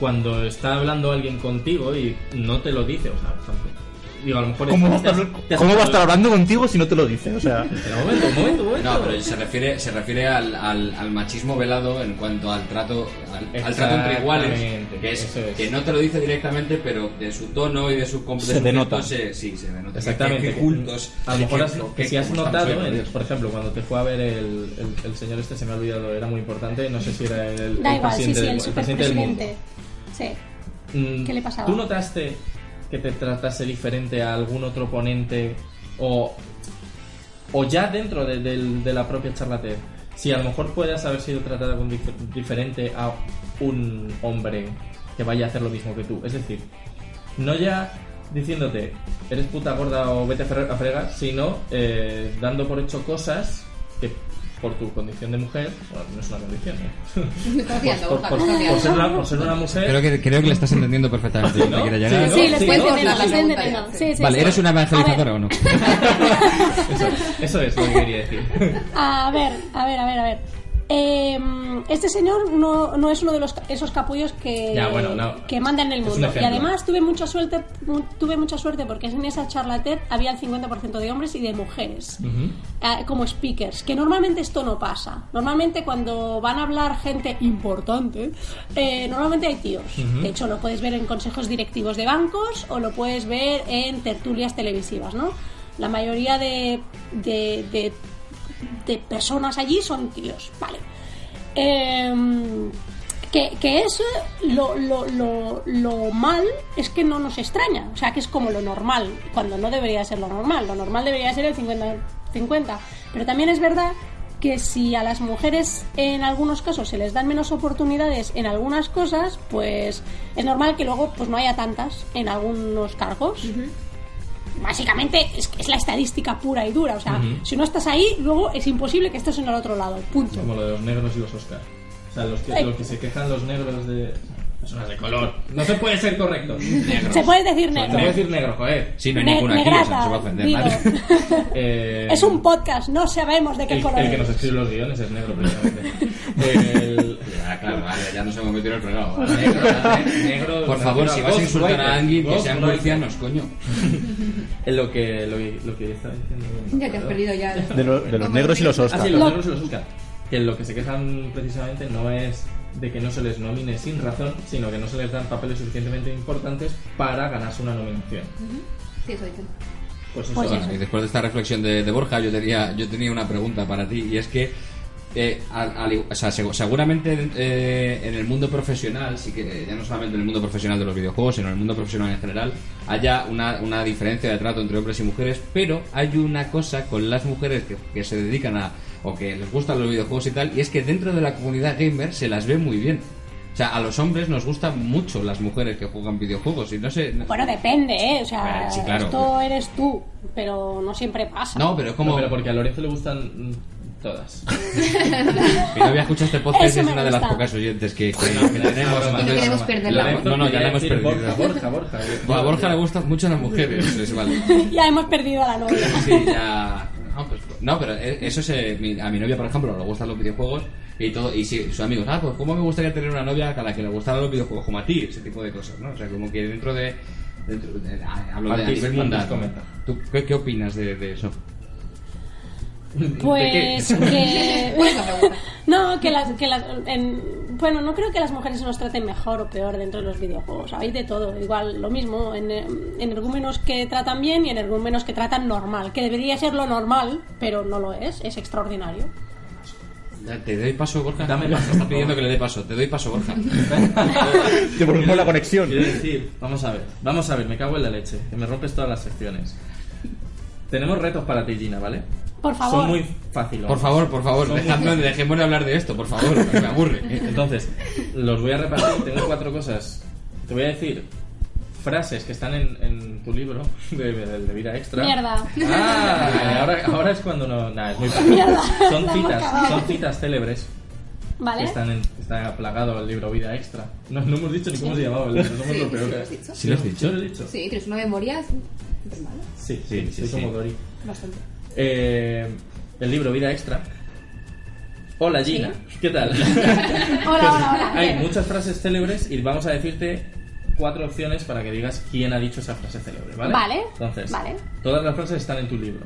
cuando está hablando alguien contigo y no te lo dice. O sea, tampoco- digo, a lo mejor.
¿Cómo va a
te has-
estar,
te has-
cómo va a estar hablando contigo si no te lo dice? O sea,
Pero un momento, un momento, un momento.
No, pero se refiere, se refiere al, al- al machismo velado en cuanto al trato, al, al trato entre iguales,
Exactamente,
que, es-
eso es.
que no te lo dice directamente, pero de su tono y de su com- de
Se
su gesto
denota.
se- sí, se denota.
Exactamente.
Qué- qué cultos.
A lo mejor
qué-
has-
qué-
si has
cómo están,
notado,
soy, por
en-
Dios.
por ejemplo, cuando te fue a ver el, el- el señor este, se me ha olvidado, era muy importante, no sé si era el, el
da igual, sí,
presidente
sí,
del-
el
el presidente del mundo.
superpresidente. Sí.
Mm,
¿Qué le pasaba?
¿Tú notaste que te tratase diferente a algún otro ponente o, o ya dentro de, del- de la propia charlatez? Si a lo mejor puedas haber sido tratada con dif- diferente a un hombre que vaya a hacer lo mismo que tú. Es decir, no ya diciéndote eres puta gorda o vete a fre- a fregar, sino eh, dando por hecho cosas que por tu condición de mujer, bueno, no es una condición, ¿eh?
<laughs> Me estás
Por-
liando,
por,
Borja,
por-
me estás
por ser
liando.
una, por ser una mujer...
Creo que, creo que le estás entendiendo perfectamente.
¿no?
¿Te quiere llegar?
Sí,
Sí,
¿no?
les
Sí,
puedes
¿no?
Sí,
entender, les
sí,
puedes
sí.
entender.
Sí,
Sí, sí,
Vale,
sí.
¿eres una evangelizadora
A ver,
o no?
Eso es lo que quería decir. <laughs>
A ver, a ver, a ver, a ver. Em, este señor no, no es uno de los, ca- esos capullos que,
Ya, bueno, no.
que mandan en el
Es un
mundo. Y
ejemplo.
además tuve mucha suerte, mu- tuve mucha suerte porque en esa charla TED había el 50% de hombres y de mujeres eh, como speakers, que normalmente esto no pasa. Normalmente cuando van a hablar gente importante, eh, normalmente hay tíos. De hecho, lo puedes ver en consejos directivos de bancos o lo puedes ver en tertulias televisivas, ¿no? La mayoría de- de- de de personas allí son tíos, vale. Em, que, que eso, lo, lo, lo, lo mal es que no nos extraña, o sea, que es como lo normal, cuando no debería ser lo normal, lo normal debería ser el 50-50. Pero también es verdad que si a las mujeres en algunos casos se les dan menos oportunidades en algunas cosas, pues es normal que luego pues no haya tantas en algunos cargos básicamente es, es la estadística pura y dura. O sea, si no estás ahí, luego es imposible que estés en el otro lado. Punto.
Como lo de los negros y los Oscar. O sea, los que,
Ay.
lo que se quejan los negros de. Personas de color. No se puede ser correcto. Negro.
Se puede decir
Se puede
negro.
decir negro, joder.
Sí, no hay
Ne-
ninguna aquí, o sea, no se va a ofender
digo.
nadie.
Eh,
<laughs> es un podcast, no sabemos de qué
el,
color
el que
es.
nos escribe los guiones es negro,
<laughs>
precisamente. El-
<laughs> Ya, claro, vale, ya nos hemos metido en el programa.
Negro,
vale.
negro,
Por favor,
negro,
si vas a insultar a
ghostwriter,
alguien, que
ghostwriter.
sean murcianos, coño.
Es lo que, lo, que- lo que estaba diciendo.
Ya te has perdido ya.
de, lo- de los negros y los
Ah, sí,
Oscars.
los negros y los Oscar. Que lo que se quejan precisamente no es de que no se les nomine sin razón, sino que no se les dan papeles suficientemente importantes para ganarse una nominación.
Sí, eso dicen.
Pues eso.
Pues
es.
Bueno, y después de esta reflexión de, de Borja, yo tenía, yo tenía una pregunta para ti, y es que eh, al- al- o sea, segu- seguramente eh, en el mundo profesional, sí que eh, ya no solamente en el mundo profesional de los videojuegos, sino en el mundo profesional en general, haya una, una diferencia de trato entre hombres y mujeres, pero hay una cosa con las mujeres que, que se dedican a o que les gustan los videojuegos y tal, y es que dentro de la comunidad gamer se las ve muy bien. O sea, a los hombres nos gustan mucho las mujeres que juegan videojuegos y no sé... no-
Bueno, depende, ¿eh? O sea,
Bueno, sí, claro.
esto eres tú, pero no siempre pasa.
No, pero es como...
No, pero porque a Lorenzo le gustan mm, todas.
Mi novia escucha este podcast y
Eso
es
me
una de las
gusta.
pocas oyentes que, que- que
No,
tenemos.
broma,
entonces-
queremos perderla.
La- No, no, ya la hemos
Decir
perdido.
Borja, Borja, Borja.
Bueno, a Borja le gustan mucho las mujeres. es- vale.
<laughs> ya hemos perdido a
<laughs>
la novia.
Sí, ya. No, pues- no, pero e- eso es. eh, mi- A mi novia, por ejemplo, le gustan los videojuegos y todo. Y si sus amigos, ah, pues cómo me gustaría tener una novia a la que le gustaran los videojuegos, como a ti, ese tipo de cosas, ¿no? O sea, como que dentro de. Dentro de- ah, hablo de a
Martis,
nivel mundano.
Martis comenta.
¿Tú qué, qué opinas de, de eso? <laughs>
Pues que.
¿Cuál es la pregunta?
<laughs> no, que las. Que las en- bueno, no creo que las mujeres nos traten mejor o peor dentro de los videojuegos. Hay de todo. Igual, lo mismo. En, en energúmenos que tratan bien y en energúmenos que tratan normal. Que debería ser lo normal, pero no lo es. Es extraordinario.
Ya, Te doy paso, Borja.
Dame paso,
Está
por
pidiendo
favor.
que le dé paso. Te doy paso, Borja.
Te volvemos la conexión.
Quiero decir, vamos a ver, vamos a ver, me cago en la leche, que me rompes todas las secciones. Tenemos retos para ti, Gina, ¿vale?
Por favor.
Son muy fáciles.
Por favor, por favor,
Son
dejadme,
muy-
dejemos de hablar de esto, por favor, que me
<laughs>
aburre.
Entonces, los voy a repartir. Tengo cuatro cosas. Te voy a decir frases que están en, en tu libro de, de, de Vida Extra.
Mierda.
Ah, ahora, ahora es cuando no. Nada, es muy fácil.
Mierda,
Son
la hemos
citas,
cagado.
son citas célebres
<laughs> ¿Vale?
que están en- está plagado el libro Vida Extra. No, no hemos dicho ni cómo se llamaba el libro, somos
Sí,
lo peor.
sí, lo has dicho.
¿Sí lo has dicho?
¿Sí lo he dicho?
Sí, tienes una memoria súper mala,
Sí,
Sí,
sí,
sí,
soy
sí.
como Dory.
bastante.
Eh, el libro Vida Extra. Hola Gina,
<laughs>
¿qué tal?
Hola, hola, hola.
Hay muchas frases célebres y vamos a decirte cuatro opciones para que digas quién ha dicho esa frase célebre, ¿vale?
Vale,
Entonces,
vale.
todas las frases están en tu libro.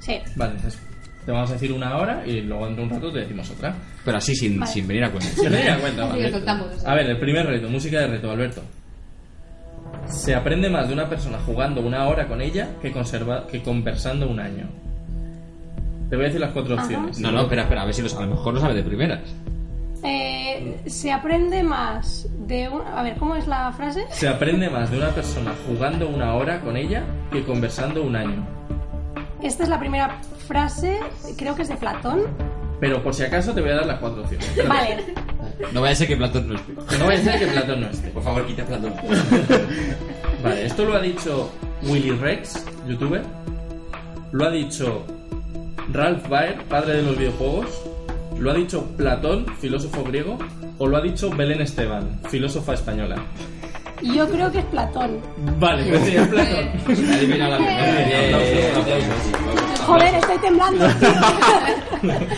Sí.
Vale, entonces te vamos a decir una ahora y luego dentro de un rato te decimos
<laughs>
otra.
Pero así sin, sin venir a cuenta.
Que no diera cuenta,
Así
vale.
que soltamos, o sea.
A ver, el primer reto, música de reto, Alberto. Se aprende más de una persona jugando una hora con ella que, conserva, que conversando un año. Te voy a decir las cuatro
Ajá.
opciones.
No, no, espera, espera, a ver si los, a lo mejor lo sabes de primeras.
Eh, se aprende más de un... A ver, ¿cómo es la frase?
Se aprende más de una persona jugando una hora con ella que conversando un año.
Esta es la primera frase, creo que es de Platón.
Pero por si acaso te voy a dar las cuatro opciones. Espera,
Vale,
No vaya a ser que Platón no esté.
Que no vaya a ser que Platón no esté.
Por favor, quita Platón.
<laughs> Vale, esto lo ha dicho Willy Rex, youtuber. Lo ha dicho Ralph Baer, padre de los videojuegos. Lo ha dicho Platón, filósofo griego. O lo ha dicho
<laughs>
Belén Esteban, <laughs> filósofa española.
yo creo que es Platón.
Vale, pues sí, es Platón.
Adivina la primera.
Bien, aplausos, aplausos.
Joder, estoy temblando.
<laughs>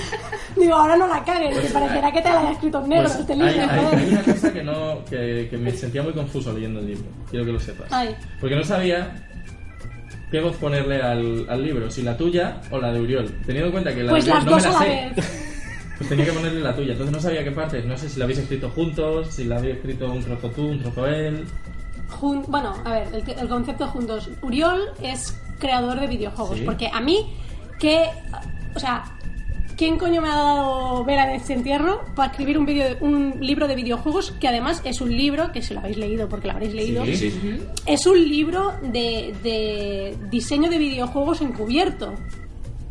Digo, ahora no la cagues, que parecerá que te la haya escrito en negro
Pues
este
hay,
libro,
hay-
joder.
hay una cosa que, no, que, que me sentía muy confuso leyendo el libro. Quiero que lo sepas.
Ay.
Porque no sabía qué voz ponerle al, al libro, si la tuya o la de Uriol. Teniendo en cuenta que la
Pues
de Uriol
las
no me
dos
la
a la
sé.
vez.
Pues tenía que ponerle la tuya, entonces no sabía qué partes. No sé si la habéis escrito juntos, si la habéis escrito un trozo tú, un trozo él.
Jun- bueno, a ver, el, el concepto juntos. Uriol es creador de videojuegos,
Sí.
porque a mí, que. O sea, ¿quién coño me ha dado vela en este entierro para escribir un, vídeo de- un libro de videojuegos que además es un libro, que si lo habéis leído, porque lo habréis leído,
Sí, sí.
es un libro de, de diseño de videojuegos encubierto.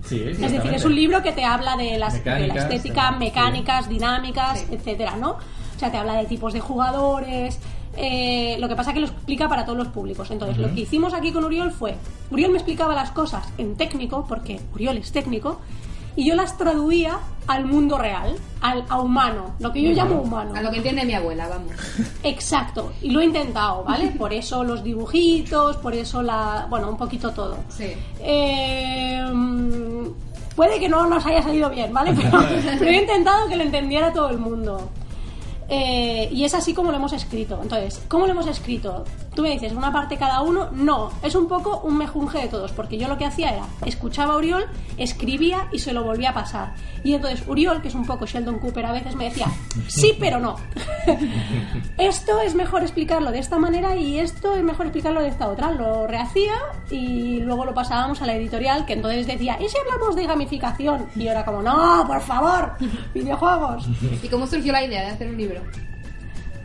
Sí,
Es decir, es un libro que te habla de, las, de
Mecánicas,
la estética,
sí.
mecánicas, dinámicas,
Sí.
etcétera, ¿no? O sea, te habla de tipos de jugadores. eh, lo que pasa que lo explica para todos los públicos. Entonces, lo
Ujú.
que hicimos aquí con Uriol fue: Uriol me explicaba las cosas en técnico, porque Uriol es técnico, y yo las traduía al mundo real, al, a humano, lo que yo llamo humano.
A lo que entiende mi abuela, vamos.
Exacto, y lo he intentado,
<laughs>
¿vale? Por eso los dibujitos, por eso la. Bueno, un poquito todo.
Sí.
Eh, mm, puede que no nos haya salido bien, ¿vale? Pero, pero he intentado que lo entendiera todo el mundo. Eh, y es así como lo hemos escrito. Entonces, ¿cómo lo hemos escrito? Tú me dices, una parte cada uno. No, es un poco un mejunje de todos, porque yo lo que hacía era, escuchaba a Uriol, escribía y se lo volvía a pasar. Y entonces Uriol, que es un poco Sheldon Cooper, a veces me decía, sí, pero no. esto es mejor explicarlo de esta manera y esto es mejor explicarlo de esta otra. Lo rehacía y luego lo pasábamos a la editorial que entonces decía, ¿y si hablamos de gamificación? Y yo era como, no, por favor, <laughs> videojuegos.
¿Y cómo surgió la idea de hacer un libro?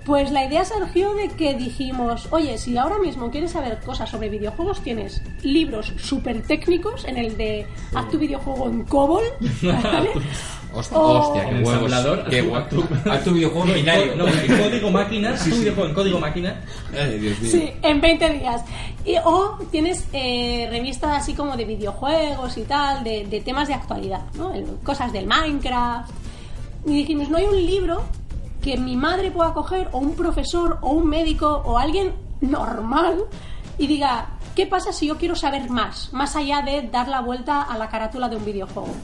Pues la idea surgió de que dijimos, oye, si ahora mismo quieres saber cosas sobre videojuegos, tienes libros súper técnicos en el de haz
Oh.
tu videojuego en COBOL, <laughs> ¿vale?
Hostia,
Oh.
<laughs> hostia, qué
El
huevos.
ensamblador,
Qué
a tu-
guapo.
<laughs> a tu-
A tu videojuego binario.
No, en código máquina, sí, en código máquina.
Ay, Dios mío.
Sí, en 20 días. Y, o tienes eh, revistas así como de videojuegos y tal, de, de temas de actualidad, ¿no? El- cosas del Minecraft. Y dijimos, no hay un libro que mi madre pueda coger, o un profesor, o un médico, o alguien normal, y diga, ¿qué pasa si yo quiero saber más? Más allá de dar la vuelta a la carátula de un videojuego.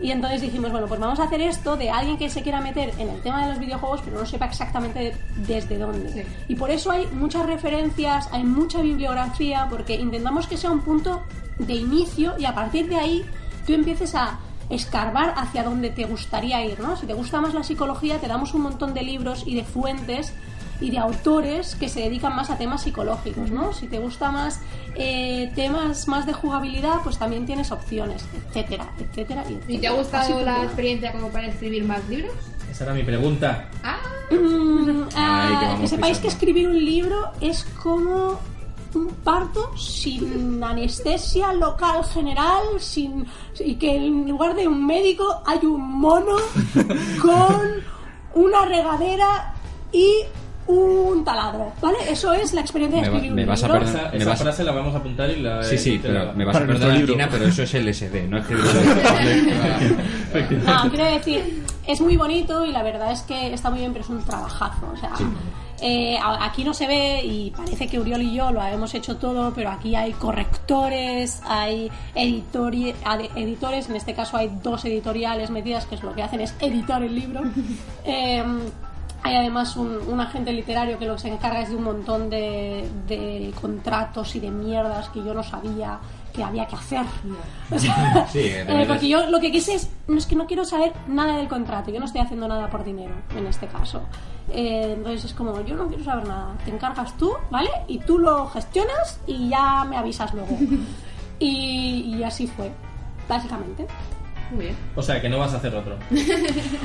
Y entonces dijimos, bueno, pues vamos a hacer esto de alguien que se quiera meter en el tema de los videojuegos, pero no sepa exactamente desde dónde.
Sí.
Y por eso hay muchas referencias, hay mucha bibliografía, porque intentamos que sea un punto de inicio y a partir de ahí tú empieces a escarbar hacia donde te gustaría ir, ¿no? Si te gusta más la psicología, te damos un montón de libros y de fuentes y de autores que se dedican más a temas psicológicos, ¿no? Si te gusta más eh, temas más de jugabilidad, pues también tienes opciones, etcétera, etcétera. Y,
¿Y te ha
etcétera. Así
gustado la
funciona.
experiencia como para escribir más libros?
Esa era mi pregunta.
Ah,
Mm, ah,
Ay, que vamos
que sepáis
pisando.
que escribir un libro es como un
<laughs>
parto sin anestesia local general sin y que en lugar de un médico
<laughs>
hay un mono con una regadera y un taladro, ¿vale? Eso es la experiencia de
Me va-
escribir un
me vas a
libro.
perdonar.
Esa,
Ah, Me
esa
vas-
frase la vamos a apuntar y la.
Sí, sí,
te la-
pero me vas
Para
a
nuestro
perdonar,
libro.
Tina, pero eso es LSD, no es
<laughs>
que... <laughs> Claro.
No, quiero decir, es muy bonito y la verdad es que está muy bien, pero es un trabajazo. O sea, eh, a- aquí no se ve y parece que Uriol y yo lo hemos hecho todo, pero aquí hay correctores, hay editori- ad- editores, en este caso hay dos editoriales metidas que es lo que hacen es editar el libro. Eh, hay además un, un agente literario que lo que se encarga es de un montón de, de contratos y de mierdas que yo no sabía que había que hacer. O sea,
Sí, que te
eh, porque
metes-
yo lo que quise es, no es que no quiero saber nada del contrato, yo no estoy haciendo nada por dinero en este caso. Eh, entonces es como, yo no quiero saber nada, te encargas tú, ¿vale? Y tú lo gestionas y ya me avisas luego. y, y así fue, básicamente.
Muy bien.
O sea, que no vas a hacer otro.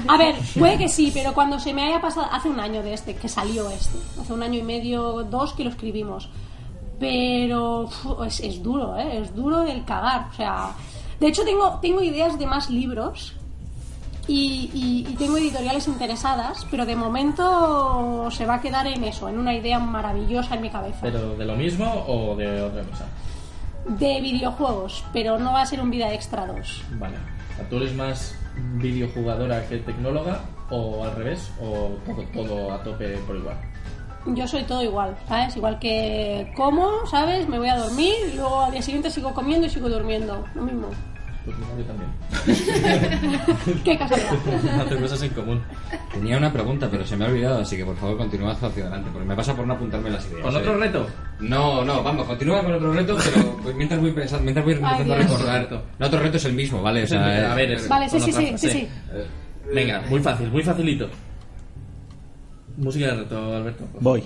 A ver, puede que sí, pero cuando se me haya pasado, hace un año de este, que salió este, hace un año y medio, dos que lo escribimos, pero uf, es, es duro, ¿eh? es duro del cagar, o sea, de hecho tengo, tengo ideas de más libros y, y- y tengo editoriales interesadas, pero de momento se va a quedar en eso, en una idea maravillosa en mi cabeza.
¿Pero de lo mismo o de otra cosa?
De videojuegos, pero no va a ser un vida extra 2.
Vale. O sea, ¿Tú eres más videojugadora que tecnóloga o al revés? ¿O todo, todo a tope por igual?
Yo soy todo igual, ¿sabes? Igual que como, ¿sabes? Me voy a dormir, y luego al día siguiente sigo comiendo y sigo durmiendo. Lo mismo.
Pues no, yo también.
Qué casualidad.
<laughs> Hacer cosas en común.
Tenía una pregunta, pero se me ha olvidado, así que por favor continúa hacia adelante, porque me pasa por no apuntarme las ideas.
¿Con
eh.
otro reto?
No, no, vamos, continúa con otro reto,
<laughs>
pero pues, mientras voy pensando, mientras voy intentando
Dios.
recordar. No, otro reto es el mismo, ¿vale? O sea,
A ver,
eh,
es-
Vale, sí,
con
sí,
otra
sí,
frase.
sí, sí.
Venga, muy fácil, muy facilito. Música de reto, Alberto.
Voy.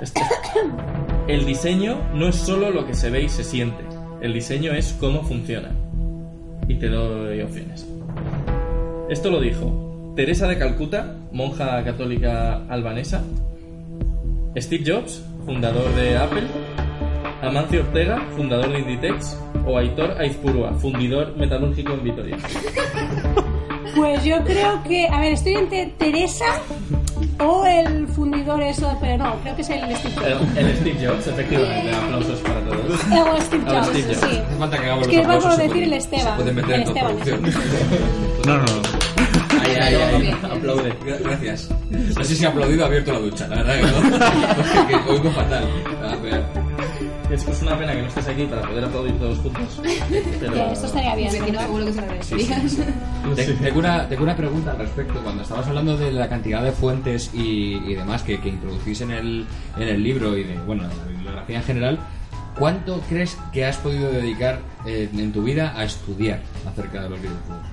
Este. El diseño no es solo lo que se ve y se siente. El diseño es cómo funciona. Y te doy opciones. Esto lo dijo Teresa de Calcuta, monja católica albanesa. Steve Jobs, fundador de Apple. Amancio Ortega, fundador de Inditex. O Aitor Aizpurua, fundidor metalúrgico en Vitoria.
Pues yo creo que. A ver, estoy entre Teresa o el fundidor, eso, pero no, creo que es el Steve Jobs.
El, el Steve Jobs, efectivamente. Aplausos para todos.
O Steve
Ah,
Jobs,
Steve Jobs.
sí.
hace falta que hagamos
Es que
los
va por
aplausos, se
decir
pueden-
el Esteban,
Se pueden meter
el
en
Esteban. <laughs>
No, no, no.
Ahí, ahí, ahí.
Bien, bien.
Aplaude. Gra- Gracias. Así se ha aplaudido abierto la ducha, la verdad <laughs> que no. Porque que oigo fatal. A ver.
Es pues una pena que no estés aquí para poder aplaudir todos juntos. Pero...
Que esto estaría
Pues
Me
bien.
imagino
¿no?
seguro que se lo agradecerían.
<laughs>
Te- Tengo, una, tengo una pregunta al respecto. Cuando estabas hablando de la cantidad de fuentes y, y demás que, que introducís en el, en el libro y de bueno, en la bibliografía en general, ¿cuánto crees que has podido dedicar eh, en tu vida a estudiar acerca de los videojuegos?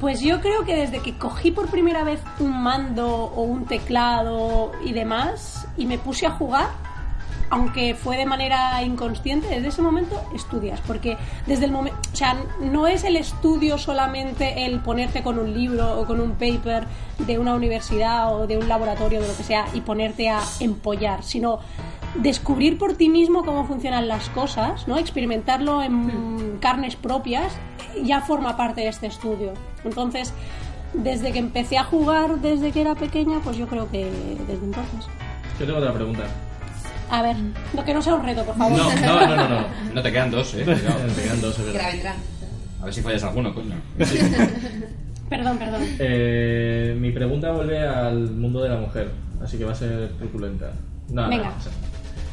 Pues yo creo que desde que cogí por primera vez un mando o un teclado y demás y me puse a jugar, aunque fue de manera inconsciente, desde ese momento estudias, porque desde el momento, o sea, no es el estudio solamente el ponerte con un libro o con un paper de una universidad o de un laboratorio de lo que sea y ponerte a empollar, sino descubrir por ti mismo cómo funcionan las cosas, ¿no? Experimentarlo en carnes propias ya forma parte de este estudio. Entonces, desde que empecé a jugar, desde que era pequeña, pues yo creo que desde entonces.
Yo tengo otra pregunta.
A ver, lo que no sea un reto, por favor.
No, no, no, no. no.
No te quedan dos, ¿eh?
<laughs>
Cuidado.
Pegan dos, es
Que
verdad.
la vendrán.
A ver si fallas alguno, coño.
Perdón, perdón.
Eh, mi pregunta vuelve al mundo de la mujer, así que va a ser truculenta. No, no,
Venga.
o sea,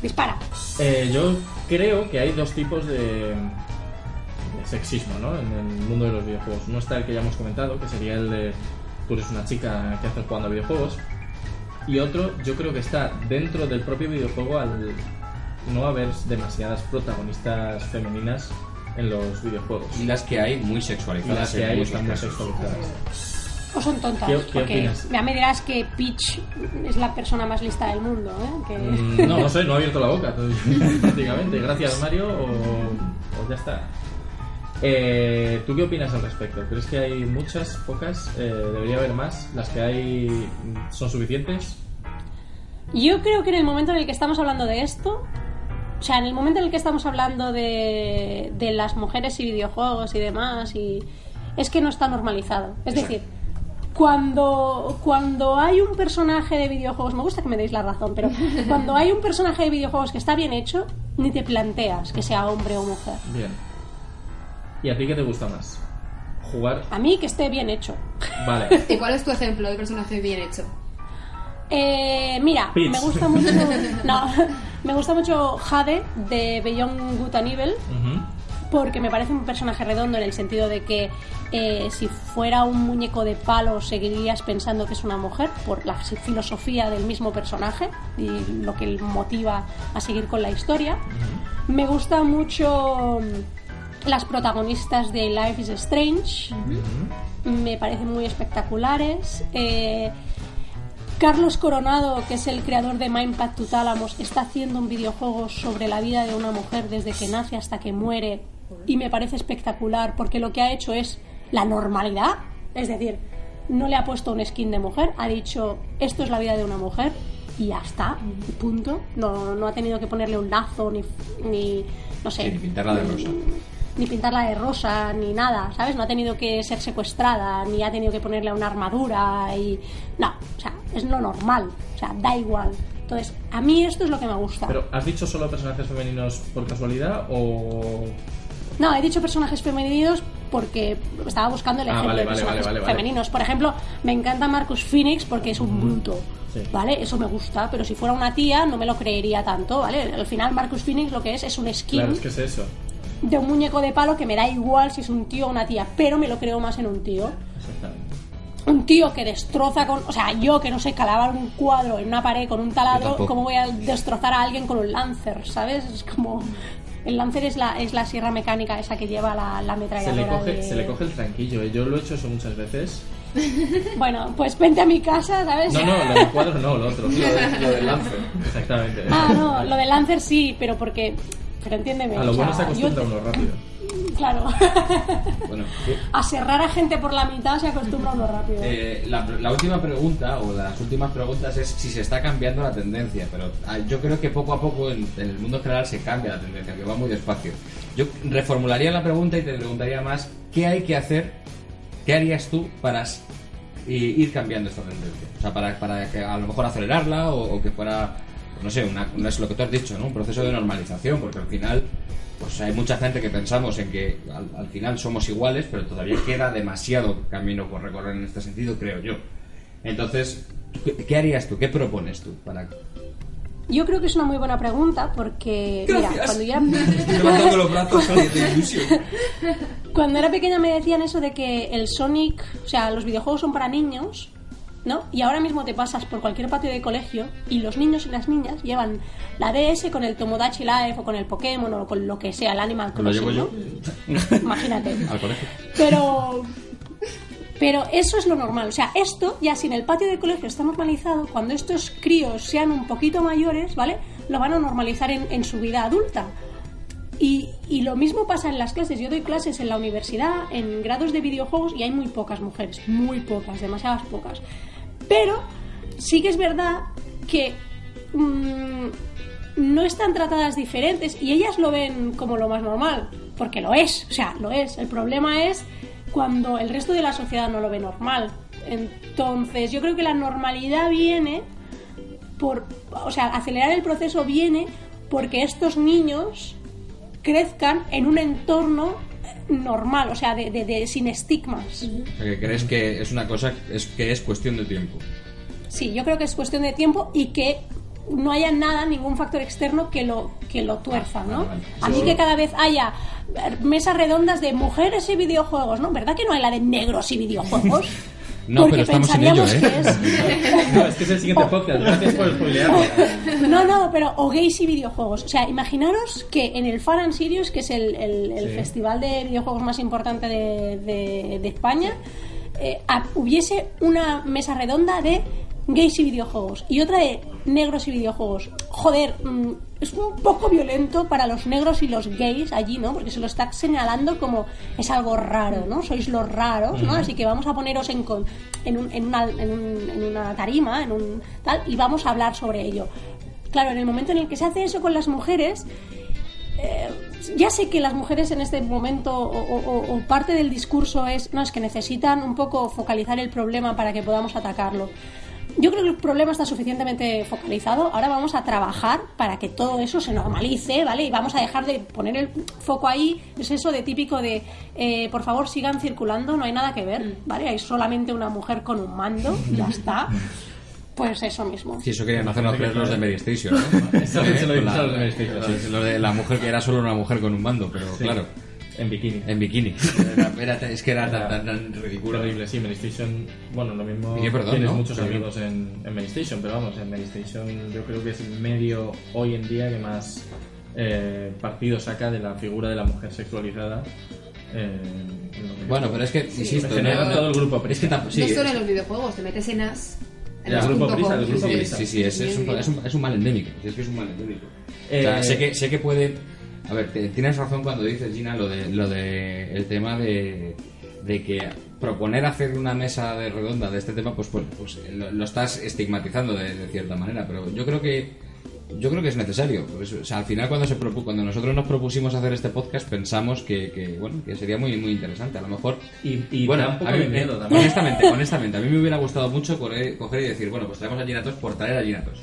Dispara.
eh, yo creo que hay dos tipos de, de sexismo ¿no? en el mundo de los videojuegos. Uno está el que ya hemos comentado, que sería el de tú eres una chica que haces jugando a videojuegos. Y otro, yo creo que está dentro del propio videojuego al no haber demasiadas protagonistas femeninas en los videojuegos.
Y las que hay muy
Y las
sexualizadas.
que
en
hay
muchos
están más
casos.
sexualizadas.
O son tontas.
¿Qué- qué
porque
opinas?
ya me dirás que Peach es la persona más lista del mundo, ¿eh? Que-
Mm, No, no sé, no ha abierto la boca, entonces, <laughs> prácticamente. Gracias, Mario, o, o ya está. Eh, ¿Tú qué opinas al respecto? ¿Crees que hay muchas, pocas? Eh, ¿Debería haber más? ¿Las que hay mm, son suficientes?
Yo creo que en el momento en el que estamos hablando de esto, o sea, en el momento en el que estamos hablando de, de las mujeres y videojuegos y demás, y es que no está normalizado. Es decir, cuando, cuando hay un personaje de videojuegos, me gusta que me deis la razón, pero cuando hay un personaje de videojuegos que está bien hecho, ni te planteas que sea hombre o mujer.
Bien. ¿Y a ti qué te gusta más? Jugar.
A mí que esté bien hecho.
Vale.
¿Y cuál es tu ejemplo de personaje bien
<laughs>
hecho?
Eh, mira,
Peach.
me gusta mucho. No, me gusta mucho Jade de Beyond Good and Evil.
Ujú.
porque me parece un personaje redondo en el sentido de que eh, si fuera un muñeco de palo seguirías pensando que es una mujer por la si- filosofía del mismo personaje y lo que le motiva a seguir con la historia. Me gusta mucho mm, las protagonistas de Life is Strange, me parecen muy espectaculares. Eh, Carlos Coronado, que es el creador de Mindpack to Tálamos, está haciendo un videojuego sobre la vida de una mujer desde que nace hasta que muere y me parece espectacular porque lo que ha hecho es la normalidad, es decir, no le ha puesto un skin de mujer, ha dicho esto es la vida de una mujer y ya está, y punto. No, no ha tenido que ponerle un lazo ni, ni no sé,
Sí, ni pintarla de rosa.
ni pintarla de rosa, ni nada, ¿sabes? No ha tenido que ser secuestrada, ni ha tenido que ponerle una armadura y... No, o sea, es lo normal, o sea, da igual. Entonces, a mí esto es lo que me gusta.
Pero, ¿has dicho solo personajes femeninos por casualidad o.?
No, he dicho personajes femeninos porque estaba buscando el
Ah,
ejemplo
vale,
de
vale,
personajes
vale, vale, vale.
femeninos. Por ejemplo, me encanta Marcus Phoenix porque es un bruto,
Sí.
¿vale? Eso me gusta, pero si fuera una tía no me lo creería tanto, ¿vale? Al final Marcus Phoenix lo que es es un skin
Claro, es que es eso.
de un muñeco de palo que me da igual si es un tío o una tía, pero me lo creo más en un tío.
Exactamente.
un tío que destroza con. O sea, yo que no sé, calaba un cuadro en una pared con un
Yo
taladro,
tampoco.
¿cómo voy a destrozar a alguien con un lancer? ¿Sabes? Es como. El lancer es la, es la sierra mecánica esa que lleva la, la
Se
ametralladora.
le, coge,
de-
se le coge el tranquillo, ¿eh? yo lo he hecho eso muchas
<laughs>
veces.
Bueno, pues vente a mi casa, ¿sabes?
No, no, lo del cuadro no, lo otro.
Lo del lance.
Exactamente.
Ah, no, lo del lancer sí, pero porque. Pero entiéndeme.
A lo
o sea,
bueno se acostumbra
yo
uno rápido.
te- Claro. <laughs>
Bueno,
a serrar a gente por la mitad se acostumbra uno rápido.
eh, la, la última pregunta o las últimas preguntas es si se está cambiando la tendencia, pero ah, yo creo que poco a poco en, en el mundo en general se cambia la tendencia, que va muy despacio. Yo reformularía la pregunta y te preguntaría más, ¿qué hay que hacer? ¿Qué harías tú para s- i- ir cambiando esta tendencia? O sea, para, para que a lo mejor acelerarla o, o que fuera, pues no sé, una, una- es lo que tú has dicho, ¿no? Un proceso de normalización, porque al final pues hay mucha gente que pensamos en que al, al final somos iguales, pero todavía queda demasiado camino por recorrer en este sentido, creo yo. Entonces, ¿qué, qué harías tú? ¿Qué propones tú?
<laughs>
Para...
Yo creo que es una muy buena pregunta porque. Mira, cuando yo era-
Levantando los brazos de ilusión.
Cuando era pequeña me decían eso de que el Sonic, o sea, los videojuegos son para niños, ¿no? Y ahora mismo te pasas por cualquier patio de colegio y los niños y las niñas llevan la DS con el Tomodachi Life o con el Pokémon o con lo que sea, el Animal
<laughs> Lo
Crossing,
llevo yo
¿no?
<laughs>
Imagínate.
al colegio.
Pero pero eso es lo normal. O sea, esto, ya si en el patio del colegio está normalizado, cuando estos críos sean un poquito mayores, ¿vale? Lo van a normalizar en, en su vida adulta. Y, y lo mismo pasa en las clases. Yo doy clases en la universidad, en grados de videojuegos, y hay muy pocas mujeres. Muy pocas, demasiadas pocas. Pero sí que es verdad que mm, no están tratadas diferentes y ellas lo ven como lo más normal, porque lo es, o sea, lo es. El problema es cuando el resto de la sociedad no lo ve normal. Entonces, yo creo que la normalidad viene por, o sea, acelerar el proceso viene porque estos niños crezcan en un entorno eh, normal, o sea, de, de- de- sin estigmas.
O sea, que crees que es una cosa es que es cuestión de tiempo.
Sí, yo creo que es cuestión de tiempo y que no haya nada, ningún factor externo que lo, que lo tuerza, ¿no?
vale, vale.
A mí que cada vez haya eh, mesas redondas de mujeres y videojuegos, ¿no? ¿Verdad que no hay la de negros y videojuegos?
<laughs> No, pero estamos en ello,
pensaríamos
¿eh?
que
<laughs>
es-
No, es que es el siguiente podcast, gracias por spoilearme.
No, no, pero o gays y videojuegos. O sea, imaginaros que en el Fan and Sirius, que es el, el- el
Sí.
festival de videojuegos más importante de, de- de España, eh, ha- hubiese una mesa redonda de gays y videojuegos y otra de negros y videojuegos. Joder, mm, es un poco violento para los negros y los gays allí, ¿no? Porque se lo está señalando como es algo raro, ¿no? Sois los raros, ¿no? Así que vamos a poneros en, con- en, un- en una, en un- en una tarima, en un tal, y vamos a hablar sobre ello. Claro, en el momento en el que se hace eso con las mujeres, eh, ya sé que las mujeres en este momento o, o- o parte del discurso es, no, es que necesitan un poco focalizar el problema para que podamos atacarlo. Yo creo que el problema está suficientemente focalizado. Ahora vamos a trabajar para que todo eso se normalice, ¿vale? Y vamos a dejar de poner el foco ahí. Es eso de típico de, eh, por favor, sigan circulando, no hay nada que ver, ¿vale? Hay solamente una mujer con un mando, ya
<laughs>
está. Pues eso mismo.
Sí, eso querían hacernos creer los de Mary Station, ¿no?
<laughs> Eso se lo
Eh,
hizo
la-
los de Mary Station,
sí,
sí.
Lo de la mujer que era solo una mujer con un mando, pero claro,
En bikini.
en
<laughs>
bikini. Era- era- es que era tan, tan, tan ridículo.
Horrible, sí, Medistation. Bueno, lo mismo.
Y qué perdón,
tienes
¿no?
muchos
Pero-
amigos en, en Medistation, pero vamos, en Medistation yo creo que es el medio hoy en día que más eh, partido saca de la figura de la mujer sexualizada. eh, en lo que-
Bueno, pero es que, insisto,
en general,
no- no-
todo el grupo
es que
Prisa.
tampoco. sí,
no solo en los videojuegos, te metes en as. en
Ya,
as
grupo
punto
Prisa,
com,
el grupo
sí,
Sí,
Prisa.
sí, sí, es, es un, es un- es un mal endémico. Es que es un mal endémico. O sea,
Eh,
sé que, sé que puede. A ver, te- tienes razón cuando dices, Gina, lo de, lo de el tema de, de que proponer hacer una mesa de redonda de este tema, pues bueno, pues eh, lo, lo estás estigmatizando de, de cierta manera. Pero yo creo que yo creo que es necesario. por eso. o sea, al final cuando se propu- cuando nosotros nos propusimos hacer este podcast pensamos que, que, bueno que sería muy muy interesante. A lo mejor
Y, y
bueno,
da un poco
a mí-
de miedo
eh, <laughs>
también.
Honestamente, honestamente, a mí me hubiera gustado mucho correr- coger y decir, bueno, pues traemos a Ginatos por traer a Ginatos.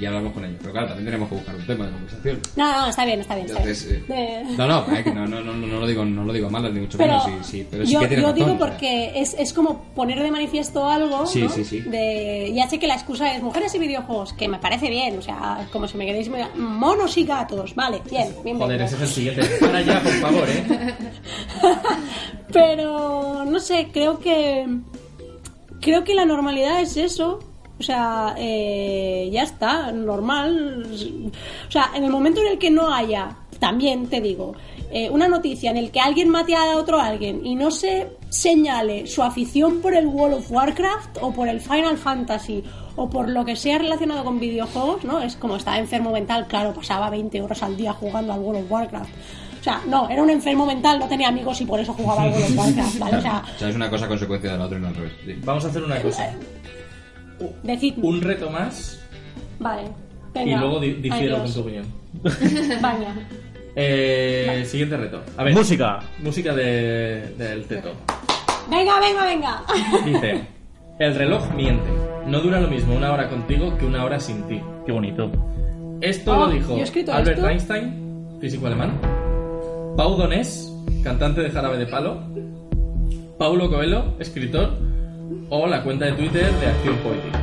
Y hablamos con ellos. Pero claro, también tenemos que buscar un tema de conversación.
No, no, está bien, está bien. Está bien.
Entonces, eh,
Eh,
no, no, eh, que no, no, no, no lo digo, no lo digo mal, ni mucho
pero
menos. Sí, sí, pero sí
yo,
que tiene
yo
razón,
digo
o sea.
porque es, es como poner de manifiesto algo
Sí,
¿no?
sí, sí.
de ya sé que la excusa es mujeres y videojuegos que me parece bien o sea como si me queréis me- monos y gatos vale bien bien
Joder, ese es el siguiente. Para ya, por favor, ¿eh?
pero no sé creo que creo que la normalidad es eso o sea eh, ya está normal o sea en el momento en el que no haya también te digo eh, una noticia en el que alguien mate a otro alguien y no se señale su afición por el World of Warcraft o por el Final Fantasy o por lo que sea relacionado con videojuegos, ¿no? Es como estaba enfermo mental, claro, pasaba 20 horas al día jugando al World of Warcraft. O sea, no, era un enfermo mental, no tenía amigos y por eso jugaba al World of Warcraft, ¿vale? O sea,
O sea, es una cosa consecuencia de la otra y no al revés. Sí.
Vamos a hacer una cosa.
Decidme.
Un reto más
Vale.
y
Venga.
luego di- difiero con
Adiós.
tu
<laughs>
opinión.
Vaya.
Eh, siguiente reto. A ver,
Música.
música de, del teto.
Venga, venga, venga. <laughs>
Dice: El reloj miente. No dura lo mismo una hora contigo que una hora sin ti.
Qué bonito.
Esto
Oh,
lo dijo
yo he escrito
Albert
esto.
Einstein, físico alemán. Pau Donés, cantante de Jarabe de Palo. Paulo Coelho, escritor. O la cuenta de Twitter de Acción Poética.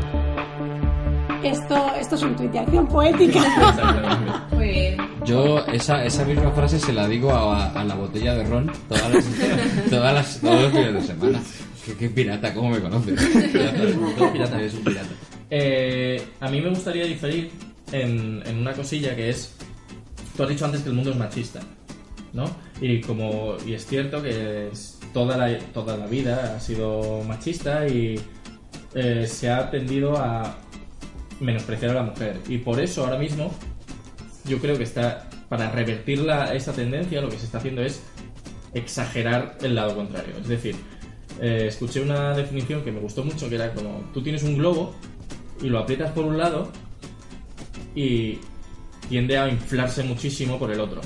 Esto, esto es un tuit de acción poética. <laughs>
<laughs> Exactamente.
Muy bien.
Yo esa, esa misma frase se la digo a, a la botella de ron todas las, <laughs> todas las- todos los fines de semana. Qué, qué pirata, cómo me conoces. <laughs> Pirata, eres un pirata, eres un pirata.
Eh, a mí me gustaría diferir en, en una cosilla que es. Tú has dicho antes que el mundo es machista, ¿no? Y como y es cierto que es- toda, la, toda la vida ha sido machista y eh, se ha tendido a menospreciar a la mujer. Y por eso ahora mismo yo creo que está. Para revertir la- esa tendencia, lo que se está haciendo es exagerar el lado contrario. Es decir, eh, escuché una definición que me gustó mucho, que era como, tú tienes un globo y lo aprietas por un lado y tiende a inflarse muchísimo por el otro.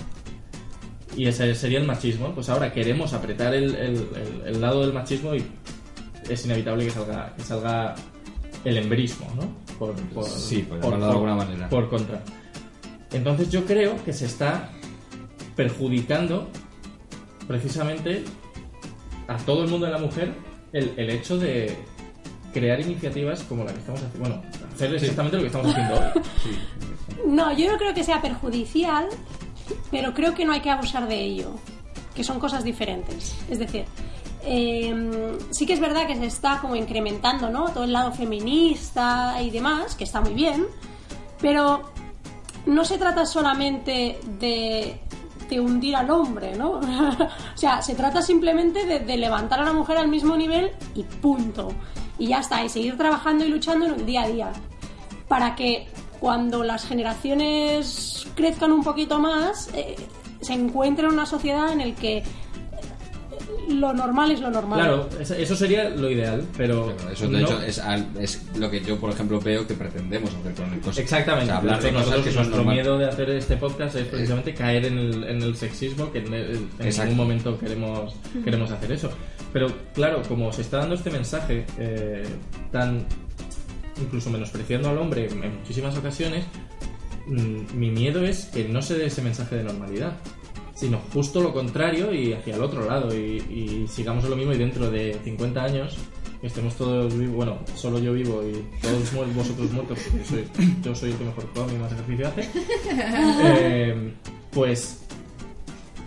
Y ese sería el machismo. Pues ahora queremos apretar el, el- el- el lado del machismo y es inevitable que salga, que salga el embrismo, ¿no? Por, por-
Sí, por llamarlo de alguna manera.
Por contra. Entonces yo creo que se está perjudicando precisamente a todo el mundo de la mujer el, el hecho de crear iniciativas como la que estamos haciendo. Bueno, hacer exactamente lo que estamos haciendo hoy.
No, yo no creo que sea perjudicial, pero creo que no hay que abusar de ello, que son cosas diferentes. Es decir, eh, sí que es verdad que se está como incrementando, ¿no? Todo el lado feminista y demás, que está muy bien, pero no se trata solamente de, de hundir al hombre, ¿no? <laughs> o sea, se trata simplemente de, de levantar a la mujer al mismo nivel y punto. Y ya está, y seguir trabajando y luchando en el día a día. Para que cuando las generaciones crezcan un poquito más, eh, se encuentre una sociedad en el que lo normal es lo normal.
Claro, es- eso sería lo ideal, pero.
Pero eso, de
no-
hecho, es, al- es lo que yo, por ejemplo, veo que pretendemos hacer con el cosas.
Exactamente.
O sea, hablar de
Nosotros-
cosas que son Eh.
nuestro
normales.
miedo de hacer este podcast es precisamente caer en el, en el sexismo, que en, el- en
Exacto.
ningún momento queremos, queremos hacer eso. Pero claro, como se está dando este mensaje eh, tan incluso menospreciando al hombre en muchísimas ocasiones, mm, mi miedo es que no se dé ese mensaje de normalidad, sino justo lo contrario y hacia el otro lado, y, y sigamos en lo mismo y dentro de 50 años estemos todos vivos, bueno, solo yo vivo y todos mu- vosotros muertos, porque sois- yo soy el que mejor come y más ejercicio
<laughs>
hace, eh, pues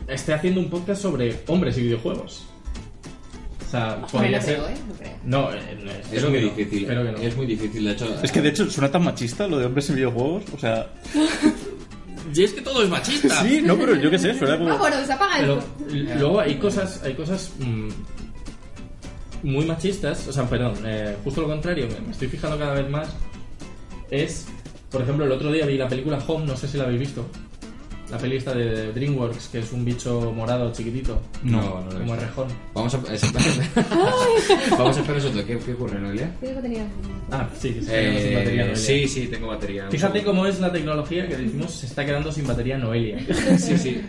esté haciendo un podcast sobre hombres y videojuegos. O sea, podría
no
ser...
creo, ¿eh? No creo.
No, eh,
Es
espero
muy
que no,
difícil. eh.
espero que no.
Es muy difícil, de hecho. eh,
Es que de hecho suena tan machista lo de hombres en videojuegos. O sea,
Y es que todo es
Ah.
machista.
sí, no, pero yo qué sé, suena como.
Vámonos, Ah, apaga
Pero
esto.
l- luego hay cosas, hay cosas mm, muy machistas, o sea, perdón, eh, justo lo contrario, me, me estoy fijando cada vez más. Es, por ejemplo, el otro día vi la película Home, no sé si la habéis visto. La peli esta de DreamWorks, que es un bicho morado chiquitito,
No, no lo he
como
visto.
rejón.
Vamos a, es- <laughs> vamos a esperar eso. ¿Qué, qué ocurre, Noelia?
Te digo que tenía-
Ah, sí, sí,
Eh,
sin batería, Noelia.
sí, sí, tengo batería.
Fíjate cómo es la tecnología que decimos se está quedando sin batería
<laughs>
Noelia.
Sí, sí.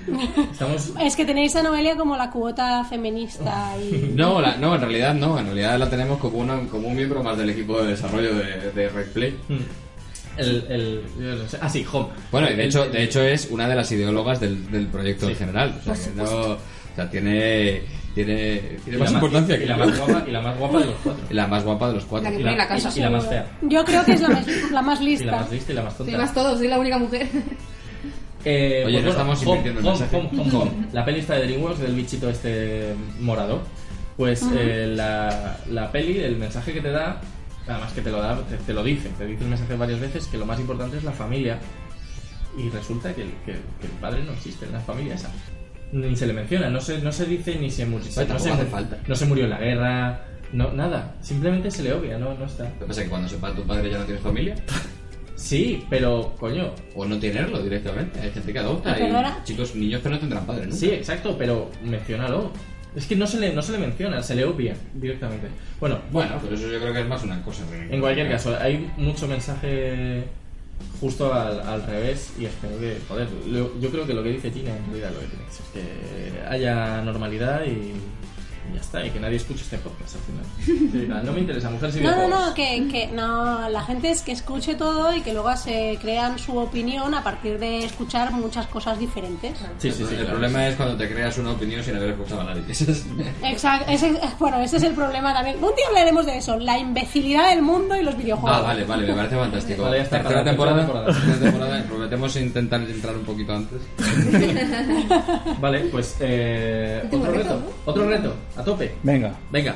Estamos
Es que tenéis a Noelia como la cubota feminista y...
No, la- no, en realidad no. En realidad la tenemos como, una, como un miembro más del equipo de desarrollo de, de Red Play.
el, el, ah, sí, Home.
Bueno, y de
El-
hecho,
el-
de hecho es una de las ideólogas del, del proyecto en general. O sea, que no- o sea, tiene, tiene, tiene
y la
más importancia que
y la más guapa y la más guapa de los
<laughs>
cuatro.
<laughs> la más guapa de los cuatro.
La que
Y
pone
la-
la casa.
y la más fea.
Yo creo que
<laughs>
es la más, la más
Y la
lista.
más lista y la más tonta.
Soy más todo, soy la única mujer. <laughs>
Eh,
Oye, no estamos
Home,
invirtiendo el
Home,
mensaje.
Home, Home, Home. La peli está de DreamWorks, del bichito este morado. Pues eh, la, la peli, el mensaje que te da, además que te lo da, te, te lo dice, te dice el mensaje varias veces, que lo más importante es la familia. Y resulta que el, que, que el padre no existe en la familia esa. Ni se le menciona, no se, no se dice ni se murió.
Bueno,
no, se,
tampoco hace falta.
no se murió en la guerra, no, nada. Simplemente se le obvia, no, no está.
¿Qué pasa? ¿Que cuando sepa tu padre ya no tienes familia?
Sí, pero coño,
¿O no tenerlo directamente? Hay gente que
Ah,
adopta
Perdona.
y chicos, niños que no tendrán padre nunca.
Sí, exacto, pero menciónalo. Es que no se le, no se le menciona, se le obvia directamente. Bueno,
Bueno, pero eso yo creo que es más una cosa. de-
en cualquier caso, hay mucho mensaje justo al, al revés y espero que, joder, lo- yo creo que lo que dice Tina en realidad lo que tiene que ser es que haya normalidad y, y ya está, y que nadie escuche este podcast al final. Que digan, No me interesa, mujer si
No, no, no, que, que no, la gente es que escuche todo y que luego se crean su opinión a partir de escuchar muchas cosas diferentes.
Sí, sí, sí.
el
claro.
problema es cuando te creas una opinión sin haber escuchado a nadie. Eso es-
Exacto, ese, bueno, ese es el problema también. Un día hablaremos de eso, la imbecilidad del mundo y los videojuegos.
<laughs> Ah, vale, vale, me parece fantástico.
Vale, ya está,
tercera,
para la
temporada,
tercera temporada.
tercera temporada, prometemos intentar entrar un poquito antes.
Vale, pues eh,
Tengo
otro
reto,
reto, otro reto, a tope.
Venga,
Venga,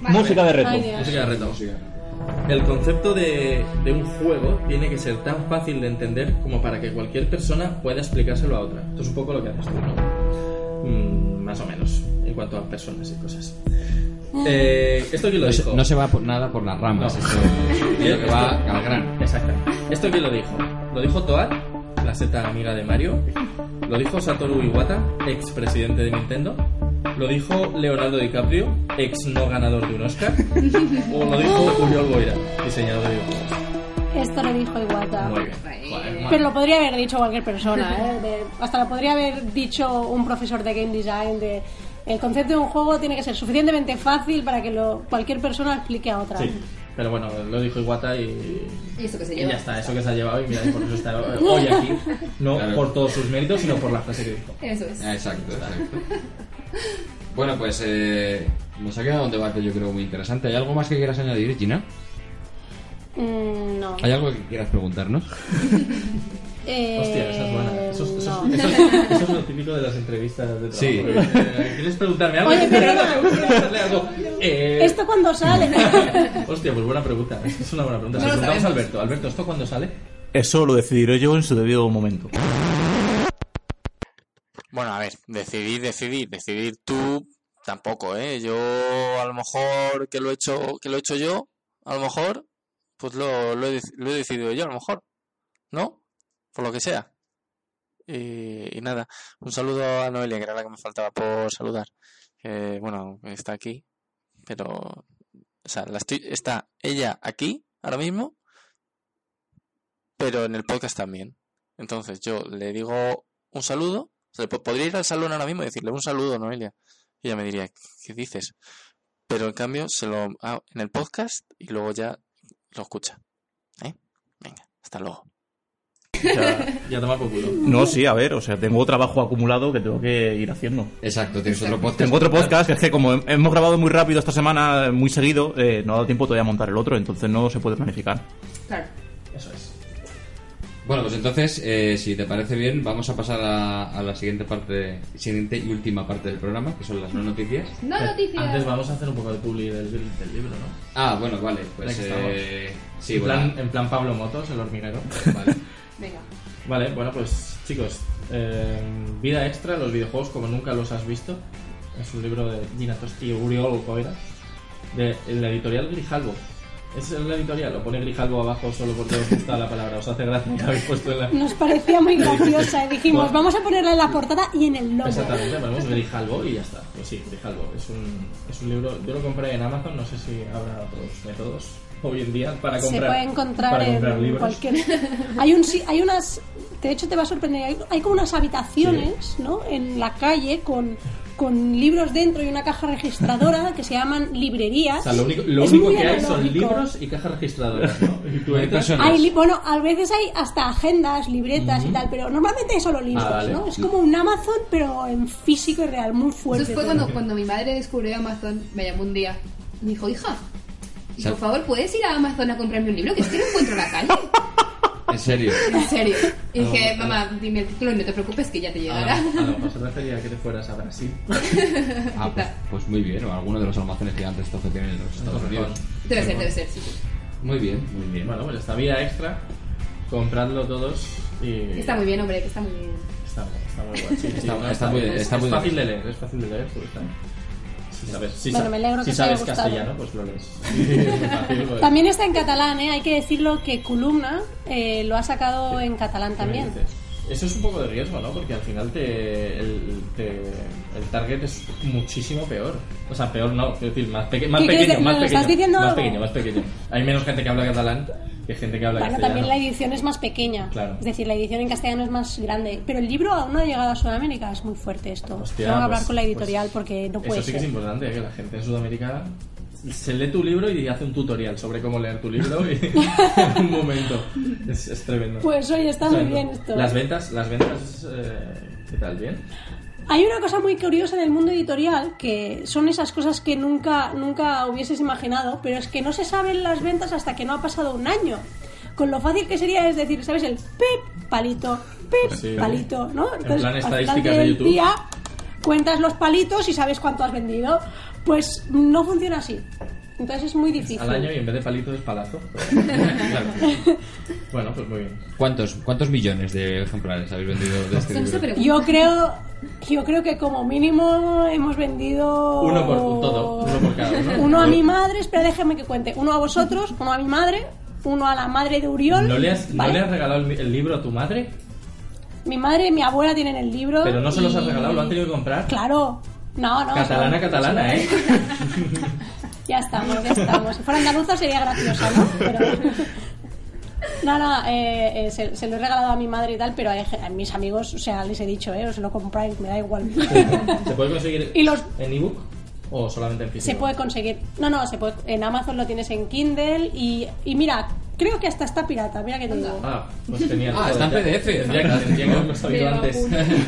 música de
Ay,
reto.
Dios.
música de reto. El concepto de, de un juego tiene que ser tan fácil de entender como para que cualquier persona pueda explicárselo a otra. Esto es un poco lo que haces tú, ¿no? Mm, más o menos, en cuanto a personas y cosas. Eh, ¿Esto quién lo
No se,
dijo?
no se va por nada por las ramas,
No.
esto es lo <laughs> que va al gran.
Exacto. ¿Esto quién lo dijo? Lo dijo Toad, la seta amiga de Mario. Lo dijo Satoru Iwata, ex presidente de Nintendo. Lo dijo Leonardo DiCaprio, ex no ganador de un Oscar. o lo dijo Julio Alboira, diseñador de videojuegos.
Esto lo dijo Iwata.
Muy bien. Joder, madre.
Pero lo podría haber dicho cualquier
<laughs>
persona, ¿eh? De- hasta lo podría haber dicho un profesor de game design de el concepto de un juego tiene que ser suficientemente fácil para que lo, cualquier persona explique a otra.
Sí, pero bueno, lo dijo Iwata y...
Y eso que se
y
lleva.
ya está, eso que se ha llevado y mira, por eso está eh, hoy aquí. No
Claro.
por todos sus méritos, sino por la frase que dijo.
Eso es.
Ah, Exacto, exacto. Bueno, pues eh, nos ha quedado un debate yo creo muy interesante. ¿Hay algo más que quieras añadir, Gina?
Mm, no.
¿Hay algo que quieras preguntarnos?
Eh,
Hostia, esa es buena. Eso, es- eso
no.
es- eso es- eso es lo típico de las entrevistas de trabajo.
Sí.
Eh, ¿Quieres preguntarme algo?
Oye, pero-
<laughs> ¿Quieres preguntarle algo? Eh,
<laughs> Esto cuando sale.
Hostia, pues buena pregunta. Es que es una buena pregunta. Se
No
lo preguntamos
lo
a
sabemos.
Alberto. Alberto, ¿esto cuándo sale?
Eso lo decidiré yo en su debido momento.
Bueno, a ver, decidir, decidir, decidir tú tampoco, ¿eh? Yo a lo mejor que lo he hecho, que lo he hecho yo, a lo mejor, pues lo, lo he, dec- lo he decidido yo, a lo mejor, ¿no? Por lo que sea. Y, y nada, un saludo a Noelia, que era la que me faltaba por saludar. que, bueno, está aquí, pero, o sea, la estoy- está ella aquí ahora mismo, pero en el podcast también. Entonces yo le digo un saludo, o sea, po- podría ir al salón ahora mismo y decirle un saludo, Noelia, y ella me diría, "¿Qué- ¿qué dices? Pero en cambio se lo hago en el podcast y luego ya lo escucha. ¿Eh? Venga, hasta luego.
O <laughs> sea,
Ya toma por culo.
no, sí, a ver, o sea, tengo trabajo acumulado que tengo que ir haciendo.
Exacto, tienes otro podcast.
Tengo otro podcast que es que como hem- hemos grabado muy rápido esta semana, muy seguido, eh, no ha dado tiempo todavía a montar el otro, entonces no se puede planificar.
Claro.
Eso es.
Bueno, pues entonces, eh, si te parece bien, vamos a pasar a, a la siguiente parte, siguiente y última parte del programa, que son las no noticias.
No noticias.
Eh, Antes vamos a hacer un poco de publi del, del libro, ¿no?
Ah, bueno, vale, pues
Ya que
eh, sí,
en,
bueno,
plan, en plan Pablo Motos, el hormiguero.
vale.
Venga.
Vale, bueno, pues chicos, eh, Vida Extra, los videojuegos como nunca los has visto. Es un libro de Gina Tosti Uriol Coira, de la editorial Grijalvo. Es la editorial, lo pone Grijalvo abajo solo porque os gusta la palabra, os hace gracia que habéis puesto en la.
Nos
<laughs>
parecía muy graciosa y dijimos,
Bueno.
vamos a ponerla en la portada y en el logo.
Exactamente, ponemos Grijalvo y ya está. Pues sí, Grijalvo. Es un, es un libro, yo lo compré en Amazon, no sé si habrá otros métodos hoy en día para
Se
comprar.
puede encontrar
para comprar
en
libros.
cualquier. Hay, un, si- hay unas. De hecho, te va a sorprender. Hay, hay como unas habitaciones ¿no? en la calle con, con libros dentro y una caja registradora que se llaman librerías.
O sea, lo único, lo
Es
único
muy
que hay son
analógico.
libros y cajas registradoras, ¿no? Y tú
Hay
entras-
personas-
Hay li- bueno, a veces hay hasta agendas, libretas y tal, pero normalmente hay solo libros,
Ah, vale.
¿no? Es como un Amazon, pero en físico y real, muy fuerte.
Eso fue
todo.
cuando, cuando mi madre descubrió Amazon, me llamó un día. y Me dijo, hija,
Sal-
por favor, ¿puedes ir a Amazon a comprarme un libro? Que es que no encuentro la calle.
En serio.
En serio. Y
Ah,
dije,
bueno,
mamá, dime el título y no te preocupes que ya te llegará.
Ah,
<laughs>
no, pues se refería a que te fueras a Brasil.
Ah, pues, pues muy bien, o alguno de los almacenes gigantes estos que tienen en los Estados Unidos.
<laughs> Debe ser, debe ser, sí. sí.
Muy bien, muy bien.
Bueno, pues esta vida extra, compradlo todos y...
Está muy bien, hombre, que está muy bien.
Está, está muy guay. sí, sí,
Está-
no,
está muy-
bien. Es-
está muy
es
bien.
fácil de leer, es fácil de leer, pues está bien. Si sabes, si
Bueno,
sa-
me alegro
si
que te haya
sabes
gustado.
castellano, pues lo
<laughs>
lees. Es muy fácil, pues.
También está en catalán, ¿eh? Hay que decirlo que Columna eh, lo ha sacado en catalán
¿Qué me
también.
dices? Eso es un poco de riesgo, ¿no? Porque al final te, el, te- el target es muchísimo peor. O sea, peor no, quiero decir, más, peque- más
¿Qué quieres
pequeño,
decir?
más
¿Me lo
pequeño.
estás diciendo
más
algo?
pequeño, más pequeño. Hay menos gente que habla catalán que gente que habla
Bueno,
castellano.
también la edición es más pequeña.
Claro.
Es decir, la edición en castellano es más grande. Pero el libro aún no ha llegado a Sudamérica. Es muy fuerte esto.
Hostia,
Tengo que hablar
pues-
con la editorial
pues
porque no
Eso
puede
sí que
ser.
es importante, ¿eh? que la gente en Sudamérica se lee tu libro y hace un tutorial sobre cómo leer tu libro y- <laughs> en un momento. Es, es tremendo.
Pues oye, está muy
Tremendo.
bien esto. ¿eh?
Las ventas, las ventas, eh, ¿qué tal? ¿Bien?
Hay una cosa muy curiosa en el mundo editorial que son esas cosas que nunca, nunca hubieses imaginado, pero es que no se saben las ventas hasta que no ha pasado un año. Con lo fácil que sería es decir, ¿sabes? El pip, palito, pip,
Sí.
palito, ¿no?
En
Entonces,
plan
al
estadísticas
final
de
del
YouTube.
día cuentas los palitos y sabes cuánto has vendido. Pues no funciona así. Entonces es muy difícil.
Pues Al año y en vez de palito es
<laughs>
palazo. Bueno, pues muy bien.
¿Cuántos, ¿Cuántos millones de ejemplares habéis vendido de este
Son
libro?
súper
Yo creo, yo creo que como mínimo hemos vendido...
Uno por todo, uno por cada uno.
Uno a mi madre, espera, déjame que cuente. Uno a vosotros, uno a mi madre, uno a la madre de Uriol.
¿No le has, no
Vale.
le has regalado el, el libro a tu madre?
Mi madre y mi abuela tienen el libro.
Pero no se los
y-
has regalado, lo han tenido que comprar.
Claro. No, no.
Catalana,
sí.
catalana, ¿eh?
Ya estamos, ya estamos. Si fuera andaluza sería gracioso, ¿no? Pero... No, no, eh, eh, se, se lo he regalado a mi madre y tal, pero a, a mis amigos, o sea, les he dicho, eh, os lo compráis, me
<laughs>
da igual.
¿Se puede conseguir
Y los-
en ebook o solamente en físico?
Se puede conseguir. No, no, se puede. En Amazon lo tienes en Kindle y, y mira, creo que hasta está pirata. Mira que te digo.
Ah, pues genial.
Ah, está en
Joder, ya-
PDF.
Tendría que, tendría que haberlo sabido
Pero
antes. <laughs>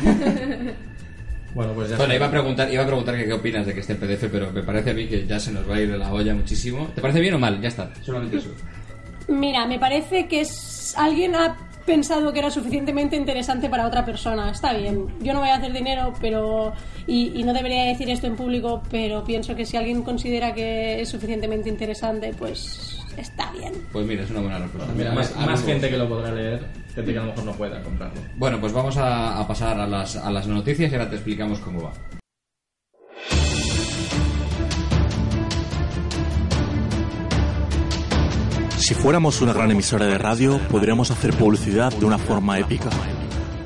bueno, pues ya
Bueno, iba
está.
a preguntar, iba a preguntar que qué opinas de que esté en PDF, pero me parece a mí que ya se nos va a ir de la olla muchísimo. ¿Te parece bien o mal? Ya está, solamente eso.
Mira, me parece que es- alguien ha pensado que era suficientemente interesante para otra persona. Está bien. Yo no voy a hacer dinero, pero. Y, y no debería decir esto en público, pero pienso que si alguien considera que es suficientemente interesante, pues está bien.
Pues mira, es una buena respuesta.
Mira,
A ver,
más,
a ver,
más
luego.
gente que lo podrá leer, gente que a lo mejor no pueda comprarlo.
Bueno, pues vamos a, a pasar a las, a las noticias y ahora te explicamos cómo va.
Si fuéramos una gran emisora de radio, podríamos hacer publicidad de una forma épica.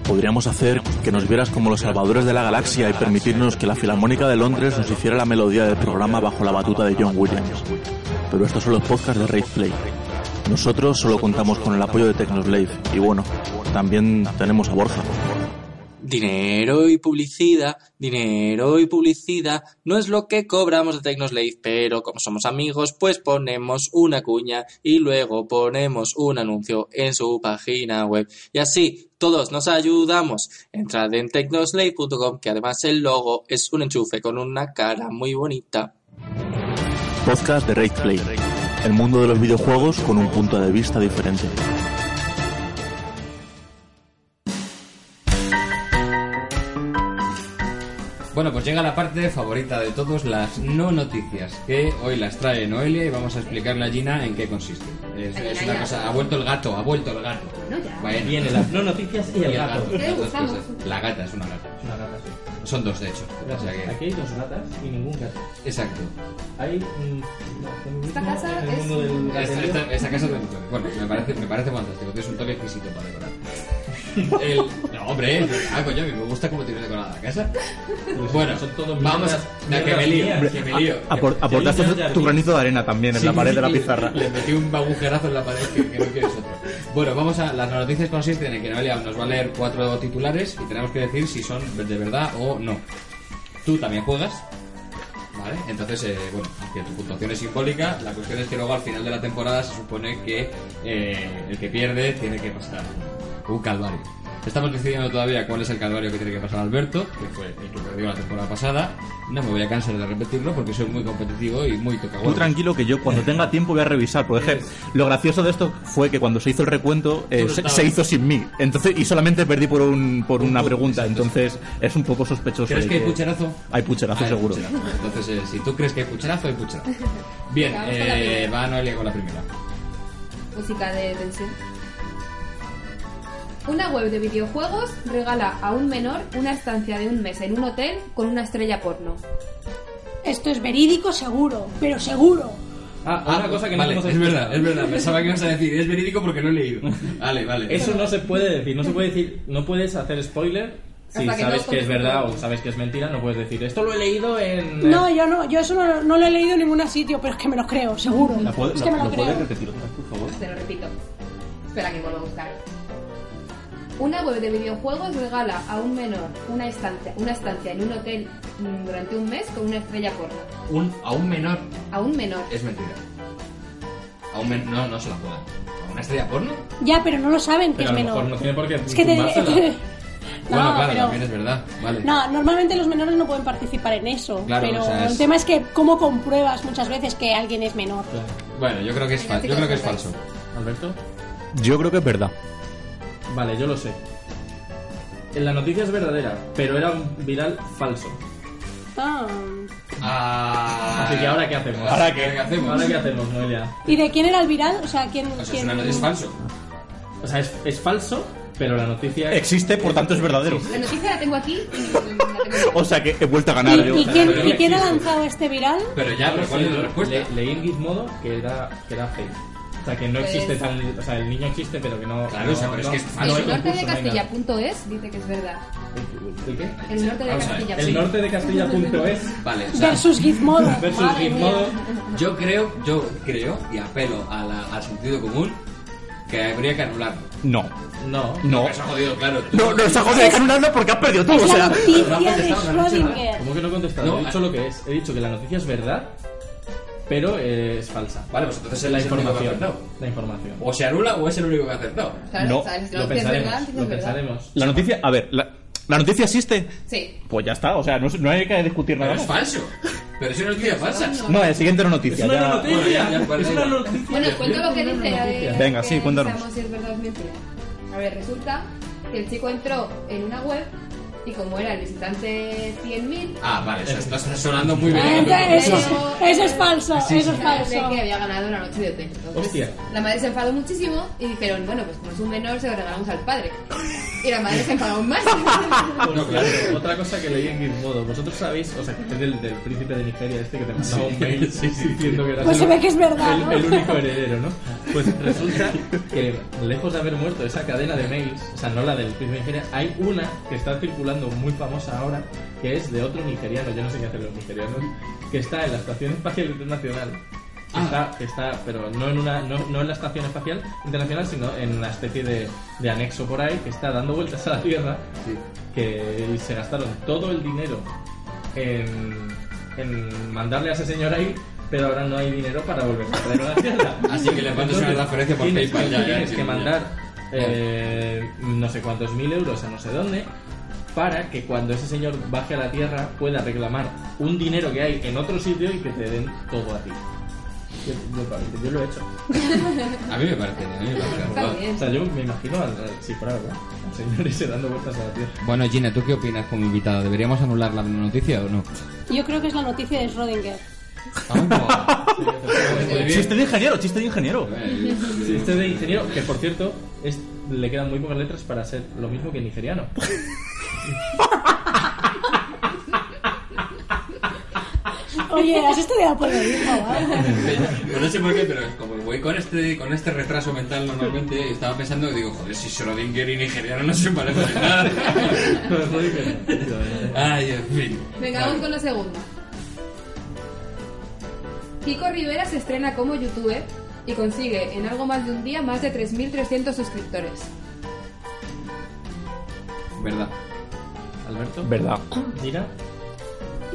Podríamos hacer que nos vieras como los salvadores de la galaxia y permitirnos que la Filarmónica de Londres nos hiciera la melodía del programa bajo la batuta de John Williams. Pero estos son los podcasts de Raid Play. Nosotros solo contamos con el apoyo de Tecnoslave y bueno, también tenemos a Borja.
Dinero y publicidad, dinero y publicidad, no es lo que cobramos de Tecnoslave, pero como somos amigos, pues ponemos una cuña y luego ponemos un anuncio en su página web. Y así todos nos ayudamos. Entrad en tecnoslave.com, que además el logo es un enchufe con una cara muy bonita.
Podcast de Raid Play. El mundo de los videojuegos con un punto de vista diferente.
Bueno, pues llega la parte favorita de todos, las no noticias, que hoy las trae Noelia y vamos a explicarle a Gina en qué consiste. Es, es una cosa, ha vuelto el gato, ha vuelto el gato.
No, ya.
Vaya,
Viene las no noticias y el gato.
las dos
gustamos.
cosas. La gata es una gata.
Es una gata, sí.
Son dos, de hecho. O sea que-
Aquí hay dos gatas y ningún gato.
exacto.
Hay. mm, no, feminismo
Esta casa
en el mundo
es-
del
Esta,
gaterío.
esta- esta casa tiene un toque. Bueno, me parece, me parece fantástico. Tienes un toque exquisito para decorar. El- no, hombre, es verdad, coño, a mí me gusta cómo tienes decorada la casa. Bueno,
Pues son todos
vamos.
mierdas-
na, que me
mierdas
lío,
mías.
que me lío.
Ah, Apor- aportaste
Yo ya
tu
vi.
granito de arena también en
Sí,
la pared
sí,
de la
sí,
pizarra.
Le metí un agujerazo en la pared que, que no quieres otro. Bueno, vamos a. Las noticias consisten en que Noelia nos va a leer cuatro titulares y tenemos que decir si son de verdad o no. Tú también juegas. ¿Vale? Entonces, eh, bueno, que tu puntuación es simbólica. La cuestión es que luego al final de la temporada se supone que eh, el que pierde tiene que pasar un calvario. Estamos decidiendo todavía cuál es el calvario que tiene que pasar Alberto, que fue el que perdió la temporada pasada. No me voy a cansar de repetirlo porque soy muy competitivo y muy
Tú
tocahuevos.
tranquilo que yo cuando tenga tiempo voy a revisar. Porque es que lo gracioso de esto fue que cuando se hizo el recuento eh,
no
se,
estabas.
se hizo sin mí. Entonces, y solamente perdí por un por una
punto,
pregunta.
exacto.
Entonces es un poco sospechoso.
¿Crees
de
que hay pucherazo?
Hay pucherazo
Ah,
seguro.
pucherazo. Entonces, eh, si tú crees que hay pucherazo, hay
<laughs>
pucherazo. Bien,
Vamos con la
eh,
primera.
va Noelia con la primera.
Música de tensión. Una web de videojuegos regala a un menor una estancia de un mes en un hotel con una estrella porno.
Esto es verídico seguro, pero seguro.
Ah, una cosa que no
vale,
hemos
es
hecho.
verdad, es verdad. Pensaba que ibas a decir, es verídico porque no he leído. Vale, vale.
Eso no se puede decir, no se puede decir, no puedes hacer spoiler si
Hasta que
sabes
no
que es verdad
contestes.
o sabes que es mentira, no puedes decir esto lo he leído en
No,
eh,
yo no, yo eso no, no lo he leído en ningún sitio, pero es que me lo creo, seguro.
¿La puede-
es
la-
que me lo
lo
creo.
puedes repetir otra vez, por favor?
Te lo repito. Espera que vuelva a buscar. Una web de videojuegos regala a un menor una estancia, una estancia en un hotel mm, durante un mes con una estrella porno.
Un, a un menor
A un menor.
es mentira. A un menor no, no se la juegan. ¿A una estrella porno?
Ya, pero no lo saben que
pero a
es
lo
menor.
mejor no tiene por qué
Es que te... <laughs>
<laughs>
tumbársela.
bueno,
No,
claro,
pero-
también es verdad. Vale.
No, normalmente los menores no pueden participar en eso,
Claro,
pero
o sea, es-
el tema es que cómo compruebas muchas veces que alguien es menor.
Bueno, yo creo que es, fal- yo creo que es falso.
Alberto,
Yo creo que es verdad.
vale, yo lo sé. En La noticia es verdadera, pero era un viral falso.
Ah.
Ah,
Así que ahora qué hacemos?
¿Ahora qué, ¿Qué hacemos?
Ahora qué hacemos, Noelia.
¿Y de quién era el viral? O sea, ¿quién...?
O sea, es,
quién-
una- es falso.
O sea, es, es falso, pero la noticia
Existe, por tanto es verdadero.
La noticia la tengo aquí. y la tengo
<laughs>
aquí.
O sea que he vuelto a
¿Y,
ganar yo.
y quién,
pero
y quién ha
existe.
lanzado este viral?
Pero ya, pero ¿cuál es la respuesta?
Le- leí en Gizmodo que era, que era fake. O sea, que no
Pues-
existe tal. O sea, el niño existe, pero que no.
Claro,
no-
o sea, pero es
no-
que es
no
Ah,
el
falso.
hay
norte de
concurso, no hay nada.
Castilla.es dice que es verdad.
¿El qué?
El norte de
Vamos a ver,
Castilla.
El
<laughs>
norte de Castilla.es
Vale, o sea,
Versus Gizmodo.
<laughs>
versus
Madre mía.
Gizmodo.
Yo creo, yo creo y apelo a la- al sentido común que habría que anularlo.
No,
No.
no.
Eso ha jodido, claro.
No, no, esa cosa de ganarlo porque has perdido tú.
Es
O
la
sea,
no ha
noticia de
contestado, no ha dicho nada.
Schrödinger.
¿Cómo ¿eh? que no he contestado?
No,
he dicho
ah.
lo que es. He dicho que la noticia es verdad, pero eh, es falsa.
Vale, pues entonces él es el único que ha acertado.
La información.
O se anula o es el único que ha acertado.
Claro,
No,
o sea, el norte
Lo
es verdad,
pensaremos.
dice
Lo
es verdad.
pensaremos.
la noticia, a ver, la, la noticia existe.
Sí.
Pues ya está, o sea, no, no hay que discutir
Pero
nada.
es
más.
falso. Pero es una noticia falsa.
No, el siguiente no
Es
noticia.
una
ya-
noticia.
Bueno, ya- ya
es
parece
una
igual.
noticia.
Bueno, cuento lo que dice. a ver,
Venga, sí,
que
cuéntanos.
revisamos Si es verdad o es mentira. A ver, resulta que el chico entró en una web y como era el visitante 100.000,
Ah, vale, o sea, esto está sonando muy bien.
Ah, entonces, eso, es- eso es
Sí,
falso, Ah, eso
sí.
es
parece que
falso.
había ganado una noche de hotel. Entonces,
Hostia.
La madre se enfadó muchísimo y dijeron, bueno, pues como es un menor, se lo regalamos al padre. Y la madre se enfadó
<laughs>
aún más.
Bueno, claro, otra cosa que leí en Gizmodo. Vosotros sabéis, o sea, que es del, del príncipe de Nigeria este que te mandaba un mail
sí, Ah. sí.
diciendo que era
Pues se ve que es verdad,
el,
¿no?
el único heredero, ¿no? Pues resulta que, lejos de haber muerto esa cadena de mails, o sea, no la del Príncipe de Nigeria, hay una que está circulando muy famosa ahora, que es de otro nigeriano, yo no sé qué hacen los nigerianos, que está en la Estación Espacial Internacional.
Ah.
Que Está, que está, pero no en, una, no, no en la Estación Espacial Internacional, sino en una especie de, de anexo por ahí, que está dando vueltas a la Tierra, que se gastaron todo el dinero en, en mandarle a esa señora ahí, pero ahora no hay dinero para volver a traer a la tierra.
<laughs> Así que le mandas una
Entonces,
transferencia por
tienes
PayPal,
que-
ya, ya,
Tienes
sí,
que
ya.
mandar eh, no sé cuántos mil euros a no sé dónde para que cuando ese señor baje a la tierra pueda reclamar un dinero que hay en otro sitio y que te den todo a ti. Yo, yo- yo lo he hecho.
A mí me parece, a mí me parece
Está
abogado.
bien.
O sea, yo me imagino, al- al- si fuera verdad, al señor ese dando vueltas a la tierra.
Bueno, Gina, ¿tú qué opinas como invitada? ¿Deberíamos anular la noticia o no?
Yo creo que es la noticia de Schrödinger.
Muy bien.
Chiste de ingeniero, chiste de ingeniero.
Sí, este de ingeniero, que por cierto, es- le quedan muy pocas letras para ser lo mismo que el nigeriano.
Oye, has estudiado por lo mismo, ¿vale?
Yo no sé por qué, pero como voy con este, con este retraso mental normalmente, estaba pensando, digo, joder, si Schrödinger y nigeriano no se parecen en nada.
No, es muy divertido, ¿eh?
Ay, en fin.
Venga, vamos con la segunda. Kiko Rivera se estrena como youtuber y consigue en algo más de un día más de 3.300 suscriptores.
Verdad.
Alberto,
Verdad.
mira,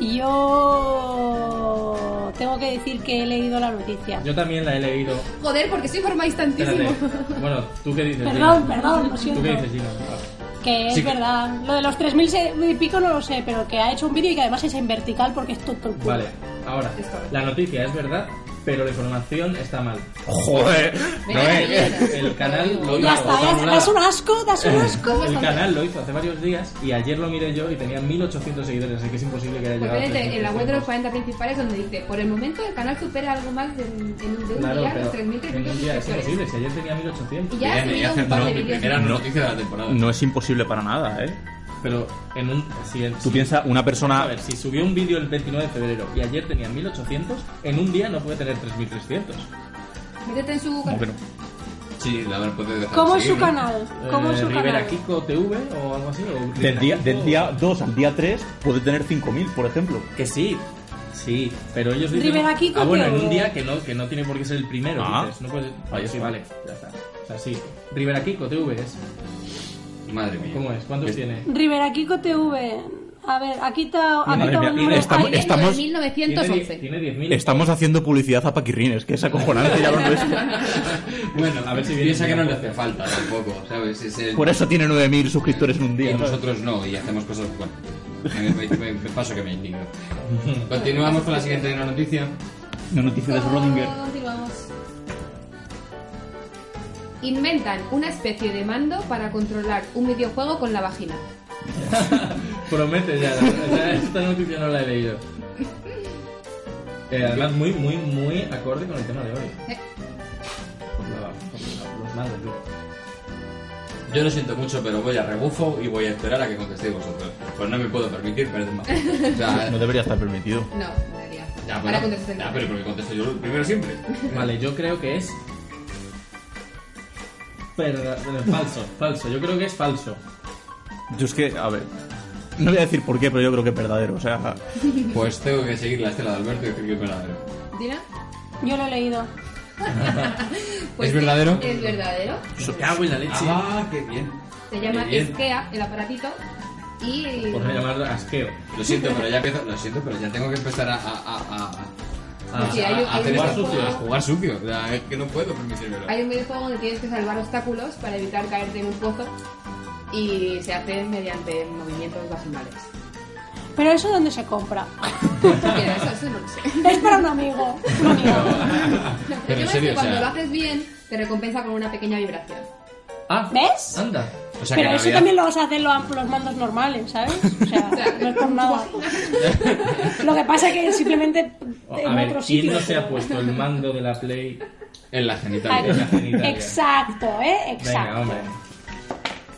Yo tengo que decir que he leído la noticia.
yo también la he leído.
Joder, porque os informáis tantísimo.
Espérate. Bueno, ¿tú qué dices,
Perdón,
Gina?
perdón, lo
¿Tú
siento.
qué dices, Ah, Gina?
Que es
Sí.
verdad. Lo de los 3.000 se- y pico no lo sé, pero que ha hecho un vídeo y que además es en vertical porque es tonto el culo.
Vale, ahora,
Es correcto.
la noticia es verdad, pero la información está
<laughs>
mal.
Joder. eh,
Venga, mierda.
El canal lo
Ya
hizo.
está, es, es un asco, das un asco.
¿Cómo
El
está?
canal lo hizo hace varios días y ayer lo miré yo y tenía 1800 seguidores, así que es imposible que haya
Pues
llegado. a
espérate, en la web de los
3.300.
40 principales donde dice, por el momento el canal supera algo más de, en, en un, de un
Claro,
día los
pero en
3.300
un día es imposible,
suscriptores.
si ayer tenía 1800.
Y ya ha
Bien, y
subido
hace
un par
mi
de vídeos.
primera
más.
noticia de la temporada.
eh, No es imposible para nada, ¿eh?
Pero en un. Si el-
Tú piensas, una
A
persona.
ver, si subió un vídeo el 29 de febrero y ayer tenía 1800, en un día no puede tener 3300.
Métete en su
¿Cómo que
canal.
no?
Sí, la verdad, puedes dejar
¿Cómo
de
es su
seguirme.
canal? ¿Cómo es
Eh,
su
Rivera
canal?
Kiko TV o algo así. o
Del
Rivera
día,
Kiko,
del día 2 al día 3 puede tener 5.000, por ejemplo.
Que sí. Sí, pero ellos dicen.
Rivera Kiko
Ah, bueno,
TV.
en un día que no, que no tiene por qué ser el primero.
Ah.
dices, no puede-
Ahí
sí,
está.
vale, ya está. O sea, sí. Rivera Kiko TV es.
Madre mía.
¿Cómo es? ¿Cuántos
Es-
tiene?
Rivera Kiko TV. A ver, aquí está. Aquí
Madre
está
mía,
un número.
estamos-
Ay,
estamos-
Tiene
1911.
die- Tiene 10.000.
Estamos haciendo publicidad a Paquirrines, que es acojonante ya lo nuestro.
Bueno,
A ver si viene
piensa que no
un
le
día.
hace falta tampoco, ¿sabes? Es el-
Por eso tiene 9.000 suscriptores en un
Y
día. ¿sabes?
nosotros no, y hacemos cosas. Bueno, me, me- me- me paso que me indigno. Continuamos con la siguiente noticia.
Una noticia de Schrödinger.
Continuamos. Inventan una especie de mando para controlar un videojuego con la vagina.
Promete ya, la- ya esta noticia no la he leído. Eh, además, muy, muy, muy acorde con el tema de hoy.
Eh.
Por la- por la- los malos, yo.
Yo lo siento mucho, pero voy a rebufo y voy a esperar a que contestéis vosotros. Pues no me puedo permitir perder más. O sea,
<laughs>
No debería estar permitido.
No, en realidad.
ya,
Ahora
pero,
contestas en
ya, pero porque contesto yo primero siempre.
Vale, yo creo que es. Pero, pero eh, falso, falso. Yo creo que es falso.
Yo es que, a ver. No voy a decir por qué, pero yo creo que es verdadero. O sea,
Pues tengo que seguir la estela de Alberto y decir que es verdadero.
Dina.
Yo lo he leído.
¿Es verdadero?
pues Es verdadero.
Me cago en la leche.
Ah, qué bien.
Se llama
Muy bien.
Iskea, el aparatito. Y.
Por no llamarlo asqueo.
Lo siento, pero ya empiezo, lo siento, pero ya tengo que empezar a, a, a- a-
Ah,
Sí, hay un-
a
hay
hacer
un
estas-
videojuego-
a jugar sucio. O sea, es que no puedo permitírmelo.
Hay un videojuego donde tienes que salvar obstáculos para evitar caerte en un pozo. Y se hace mediante movimientos
<laughs>
vaginales.
Pero eso, ¿dónde se compra? <laughs>
Mira, eso, eso no lo sé.
Es para un amigo. Un amigo.
Pero en
es
serio, o
que cuando lo
sea,
haces bien, te recompensa con una pequeña vibración.
Ah,
¿Ves?
Anda.
o sea que
Pero
en
eso
realidad-
también lo vas a hacer los, los mandos normales, ¿sabes?
<laughs>
O sea, no es por nada. Lo que pasa es que simplemente
a
Oh,
en
ver,
otro
¿quién
sitio.
no se ha puesto el mando de la Play?
en la
Ah,
genital.
genitalia.
<laughs> Exacto, ¿eh?
Venga,
Exacto.
hombre.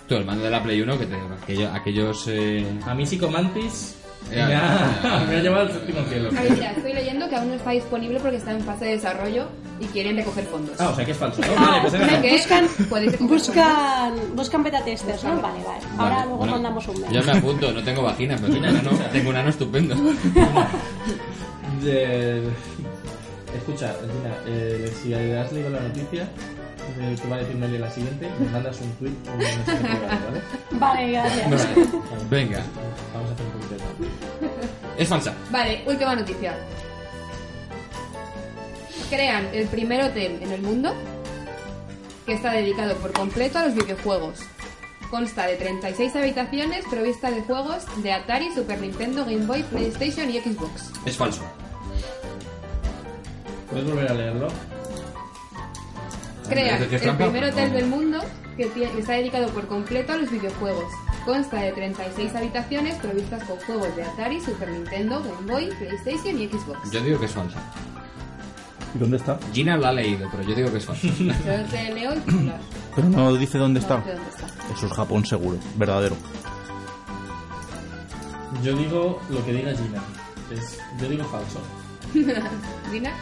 Tú, el mando de la Play 1, que te, aquello- aquellos... eh,
A mí Psicomantis
Ya,
Ya,
ya.
me ha <laughs> llevado al séptimo cielo.
A ver, mira, estoy leyendo que aún no está disponible porque está en fase de desarrollo y quieren recoger fondos.
Ah, o sea que es falso. ¿no? Vale, pues he
¿Saben
ganado.
qué?
Buscan-
Podéis recoger fondos.
Buscan, buscan beta testers, ¿no? Vale, vale. Ahora
Vale,
luego
bueno,
mandamos un
Yo
mail.
me apunto, no tengo vagina, pero tengo un ano,
<laughs>
tengo un ano estupendo.
De- Eh, Escucha, Gina, eh, si has leído la noticia, eh, te va a decir Meli la siguiente, me mandas un tweet o un mensaje privado, ¿vale?
Vale,
<laughs>
gracias.
Vale, venga,
Vamos a hacer un poquito de trampa.
es falsa.
Vale, última noticia. Crean el primer hotel en el mundo que está dedicado por completo a los videojuegos. Consta de 36 habitaciones provistas de juegos de Atari, Super Nintendo, Game Boy, PlayStation y Xbox.
Es falso.
¿Puedes volver a leerlo?
Crean
¿Es decir,
el
trampa?
primer hotel
No.
del mundo que tie- que está dedicado por completo a los videojuegos. Consta de 36 habitaciones provistas con juegos de Atari, Super Nintendo, Game Boy, PlayStation y Xbox.
Yo digo que es falsa.
¿Y dónde está?
Gina lo ha leído, pero yo digo que es
<laughs>
falsa.
Yo te leo el titular.
Pero no dice dónde
No,
está.
sé dónde está.
Eso es Japón seguro, verdadero.
Yo digo lo que diga Gina. Es, yo digo falso.
Dina.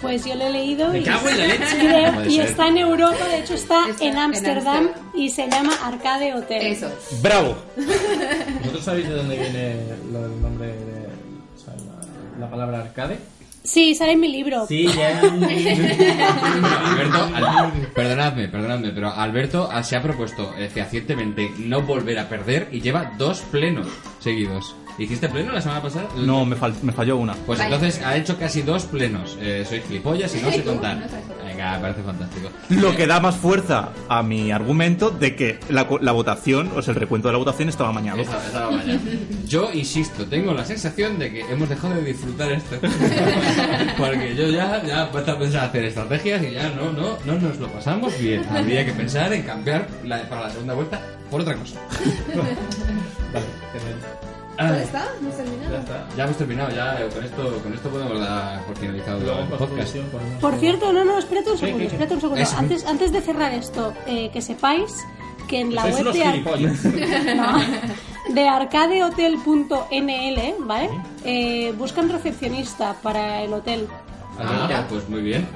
Pues yo lo he leído
¡Me
y,
cago en la leche!
<laughs> creo-
No puede
y
ser.
está en Europa, de hecho está
Está en
en Ámsterdam
Ámsterdam.
y se llama Arcade Hotel.
Eso.
¡Bravo!
¿Vosotros sabéis de dónde viene lo del nombre de o sea, la, la palabra arcade?
Sí, sale en mi libro.
Sí, <laughs> ya.
Alberto, al- perdonadme, perdonadme, pero Alberto ah, se ha propuesto eh, fehacientemente no volver a perder y lleva dos plenos seguidos. ¿Hiciste pleno la semana pasada?
No, me, fal- me falló una.
Pues
Vaya.
entonces ha hecho casi dos plenos. Eh, soy gilipollas y
<laughs>
no sé
¿Tú?
contar.
No sabes contar.
Venga, me parece fantástico.
Lo que da más fuerza a mi argumento de que la, co- la votación, o sea, el recuento de la votación estaba mañana.
Esa- esa la vaya. Yo insisto, tengo la sensación de que hemos dejado de disfrutar esto. <laughs> Porque yo ya, ya empiezo a pensar hacer estrategias y ya no, no, no nos lo pasamos bien. Habría que pensar en cambiar la- para la segunda vuelta por otra cosa. Ah,
Vale, genial.
¿Dónde está? No se
ya
nada.
está.
Ya hemos terminado, ya eh, con esto, con esto podemos dar por finalizado
Luego
el
con
podcast.
producción ponemos-
Por cierto, no, no, espérate un
Sí,
segundo,
sí, sí.
espérate un segundo.
Eso.
Antes, antes de cerrar esto, eh, que sepáis que en la
Sois
web
unos
de, Ar-
gilipollas.
<laughs> no, de arcadehotel.nl, ¿vale? Eh, buscan recepcionista para el hotel.
Ah, pues muy bien.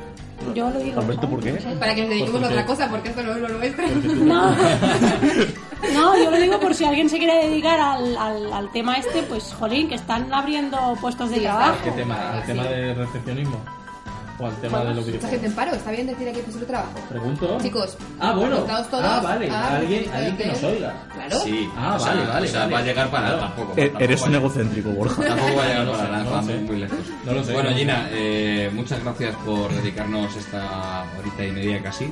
Yo lo digo. ¿eh?
Alberto, ¿por qué?
Para que nos dediquemos a otra cosa, porque esto no es lo nuestro. <laughs>
No. <laughs> No, yo lo digo por si alguien se quiere dedicar al, al- al tema este, pues jolín, que están abriendo puestos de
Sí, está.
trabajo.
¿Qué tema? ¿Al tema de recepcionismo? ¿O al tema de los
Esta
videojuegos?
gente en paro, está bien decir aquí su trabajo.
Pregunto.
Chicos,
Ah, bueno.
preguntaos todos.
Ah, vale.
Ah,
alguien,
¿esto
alguien que
de
nos
qué?
oiga.
Claro.
Sí,
Ah,
o sea,
vale, vale,
O sea,
vale.
va a llegar para
Claro.
tampoco.
E-
tampoco
Eres
va
un
a-
egocéntrico, Borja.
Tampoco voy a llegar
<laughs> No lo
para
sé,
nada,
no lo
vamos
sé.
muy lejos.
No lo sé,
Bueno,
no lo
Gina, eh, muchas gracias por dedicarnos esta horita y media casi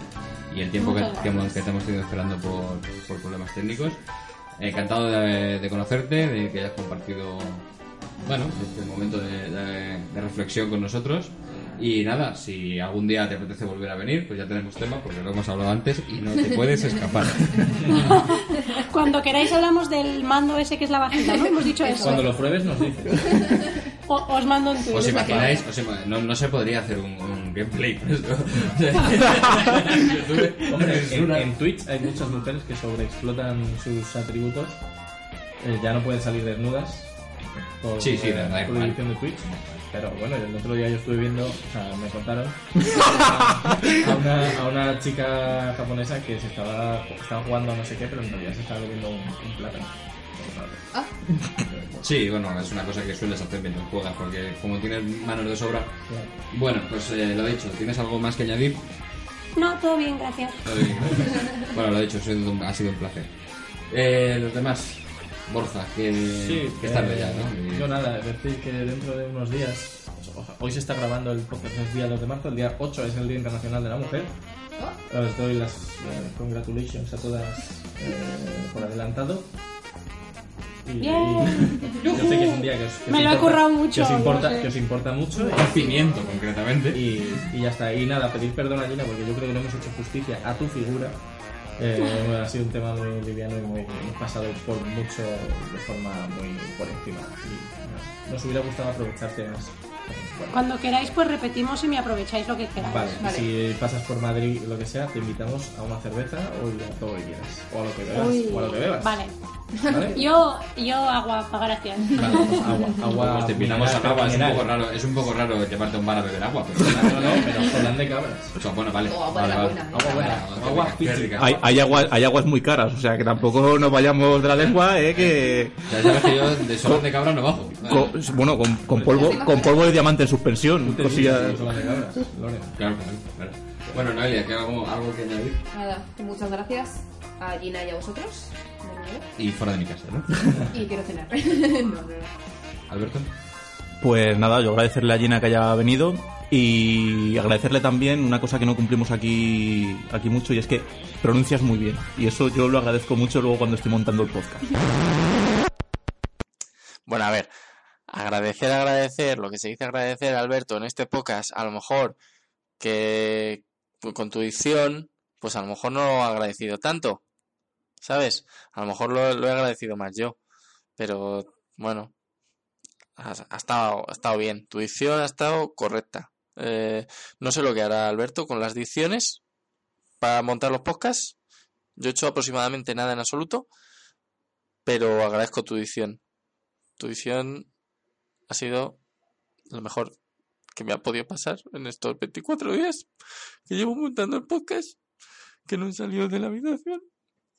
y el tiempo que,
Muchas
que hemos, que te hemos tenido esperando por, por problemas técnicos. Encantado de, de conocerte, de que hayas compartido bueno, este momento de, de- de reflexión con nosotros. Y nada, si algún día te apetece volver a venir, pues ya tenemos tema porque lo hemos hablado antes y no te puedes escapar.
Cuando queráis hablamos del mando ese que es la vagina, ¿no? Hemos dicho eso.
Cuando lo pruebes nos dices.
O- os mando un tuit.
¿Os imagináis? os ima- no, no se podría hacer un, un gameplay con esto.
Hombre,
Es
en,
una-
en Twitch hay muchas mujeres que sobreexplotan sus atributos. Eh, ya no pueden salir desnudas. Por,
Sí, sí,
eh,
da- da igual.
prohibición de Twitch. Pero bueno, el otro día yo estuve viendo, o sea, me
<laughs>
contaron a una, a una chica japonesa que se estaba, estaba jugando a no sé qué, pero en realidad se estaba comiendo un, un plátano.
Ah,
Sí, bueno, es una cosa que sueles hacer mientras juegas, porque como tienes manos de sobra.
Claro.
Bueno, pues eh, lo dicho, ¿tienes algo más que añadir?
No, todo bien, gracias.
Lo
<laughs>
digo. bueno, lo dicho, ha sido un- ha sido un placer. Eh, los demás, Borja, que, que es tarde
eh,
ya, ¿no? Y-
Yo nada, es decir que dentro de unos días, oja- hoy se está grabando el podcast, es día 2 de marzo, el día 8 es el Día Internacional de la Mujer.
Ah.
Os doy las eh, congratulations a todas eh, por adelantado. Y, y-
Bien.
yo sé que es un día que os, que os
Me lo he
importa-
currado
que
mucho,
os,
no
importa,
sé.
que os importa mucho
Un pimiento, concretamente.
y, y ya está. Y nada, pedir perdón a Gina porque yo creo que no hemos hecho justicia a tu figura. Eh, bueno, ha sido un tema muy liviano y muy pasado por mucho de forma muy por encima. Y nos, nos hubiera gustado aprovechar temas. Bueno,
Cuando queráis, pues repetimos y me aprovecháis lo que queráis.
Vale,
Vale.
si pasas por Madrid o lo que sea, te invitamos a una cerveza o a todo lo que quieras. O a lo que bebas.
Uy.
O a lo que bebas.
Vale.
¿Vale?
Yo, yo agua, pa- gracias.
Vale, pues agua, agua.
Pues te invitamos
mineral,
al agua, es un,
mineral.
poco raro, es un poco raro llevarte a un bar a beber agua, pero
No, no, pero Solán de cabras.
O sea, bueno, vale.
O agua
vale,
de la
vale.
buena,
Agua
eh,
buena,
la
buena.
agua qué rica.
Hay, hay aguas, hay aguas muy caras, o sea que tampoco nos vayamos de la lengua, ¿eh? Que,
Ya sabes que yo de solas de cabra no bajo.
co- bueno, con, con polvo, con polvo de diamante en suspensión,
Tú te
cosillas.
dices, Solán de cabras, Loren.
Claro, claro, claro. Bueno, Noelia, que algo, algo que añadir.
Nada, que muchas gracias a Gina y a
<laughs>
vosotros. de nuevo.
Y fuera de mi casa, <laughs> ¿no?
Y quiero cenar. <laughs> no, no, no.
Alberto.
Pues nada, yo agradecerle a Gina que haya venido y agradecerle también una cosa que no cumplimos aquí, aquí mucho y es que pronuncias muy bien. Y eso yo lo agradezco mucho luego cuando estoy montando el podcast.
Bueno, a ver, agradecer, agradecer, lo que se dice agradecer, Alberto, en este podcast, a lo mejor que tú con tu dicción, pues a lo mejor no lo he agradecido tanto, ¿sabes? A lo mejor lo, lo he agradecido más yo, pero bueno, ha, ha estado, ha estado bien, tu dicción ha estado correcta. Eh, no sé lo que hará Alberto con las dicciones para montar los podcasts. Yo he hecho aproximadamente nada en absoluto, pero agradezco tu dicción tu edición ha sido lo mejor que me ha podido pasar en estos 24 días que llevo montando el podcast, que no he salido de la habitación,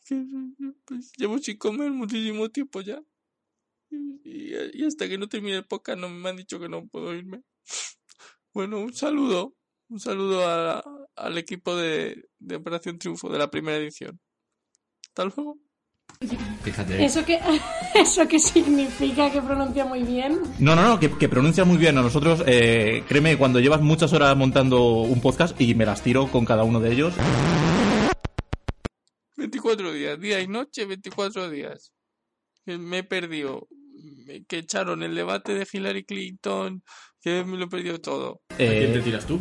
que pues, llevo sin comer muchísimo tiempo ya. Y, y hasta que no termine el podcast no me han dicho que no puedo irme. Bueno, un saludo. Un saludo a- al equipo de, de Operación Triunfo de la primera edición. Hasta luego.
Fíjate.
¿Eso que, <laughs> ¿Eso que significa que pronuncia muy bien?
No, no, no, que, que pronuncias muy bien a nosotros. Eh, créeme, cuando llevas muchas horas montando un podcast y me las tiro con cada uno de ellos,
24 días, día y noche, 24 días. Que Me he perdido. me- Que echaron el debate de Hillary Clinton, que me lo he perdido todo.
¿A quién te
eh,
tiras tú?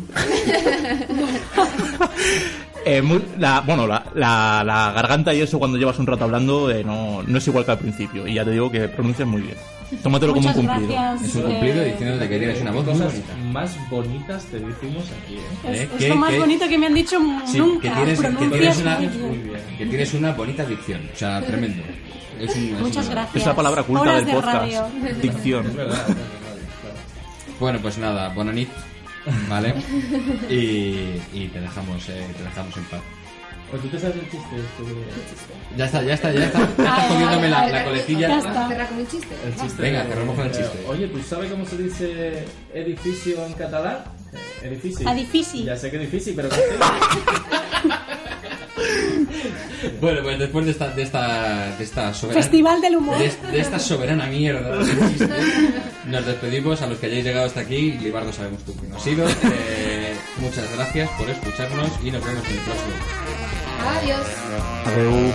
eh, mu- la, bueno, la, la- la garganta y eso cuando llevas un rato hablando eh, no, no es igual que al principio. Y ya te digo que pronuncias muy bien. Tómatelo
Muchas
como un cumplido.
gracias.
Es un cumplido
eh,
diciéndote que tienes una voz muy
cosas
bonita.
más bonitas te decimos aquí, ¿eh?
Es,
¿Eh?
es
¿Qué-
lo más
qué?
bonito que me han dicho
Sí,
nunca.
que tienes, que
pronuncias
tienes una,
muy bien.
que tienes una bonita dicción. O sea, tremendo. Es un- es
Muchas
un-
gracias.
Es la palabra culta
Horas
del
de
podcast.
radio.
Dicción.
Es verdad, es verdad, claro.
Bueno, pues nada, buena nit, ¿vale? <laughs> Y, y te, dejamos, eh, te dejamos en paz.
Pues tú te sabes el chiste este que-
Ya está, ya está, ya está. Estás
Ay,
comiéndome
ay,
la,
ay,
la
ay,
coletilla.
ya
Vamos a
está.
cerrar con un chiste.
El chiste
Venga,
de-
cerramos con el chiste.
Oye, ¿tú sabes cómo se dice edificio en catalán? Eh, Edificio.
Edifici.
Ya sé que edificio, pero
Bueno, pues después de esta, de esta, de esta soberana.
Festival del humor.
De, de esta soberana mierda de chiste, nos despedimos a los que hayáis llegado hasta aquí. Libardo sabemos tú que no ha sido. Eh, muchas gracias por escucharnos y nos vemos en el próximo.
Adiós.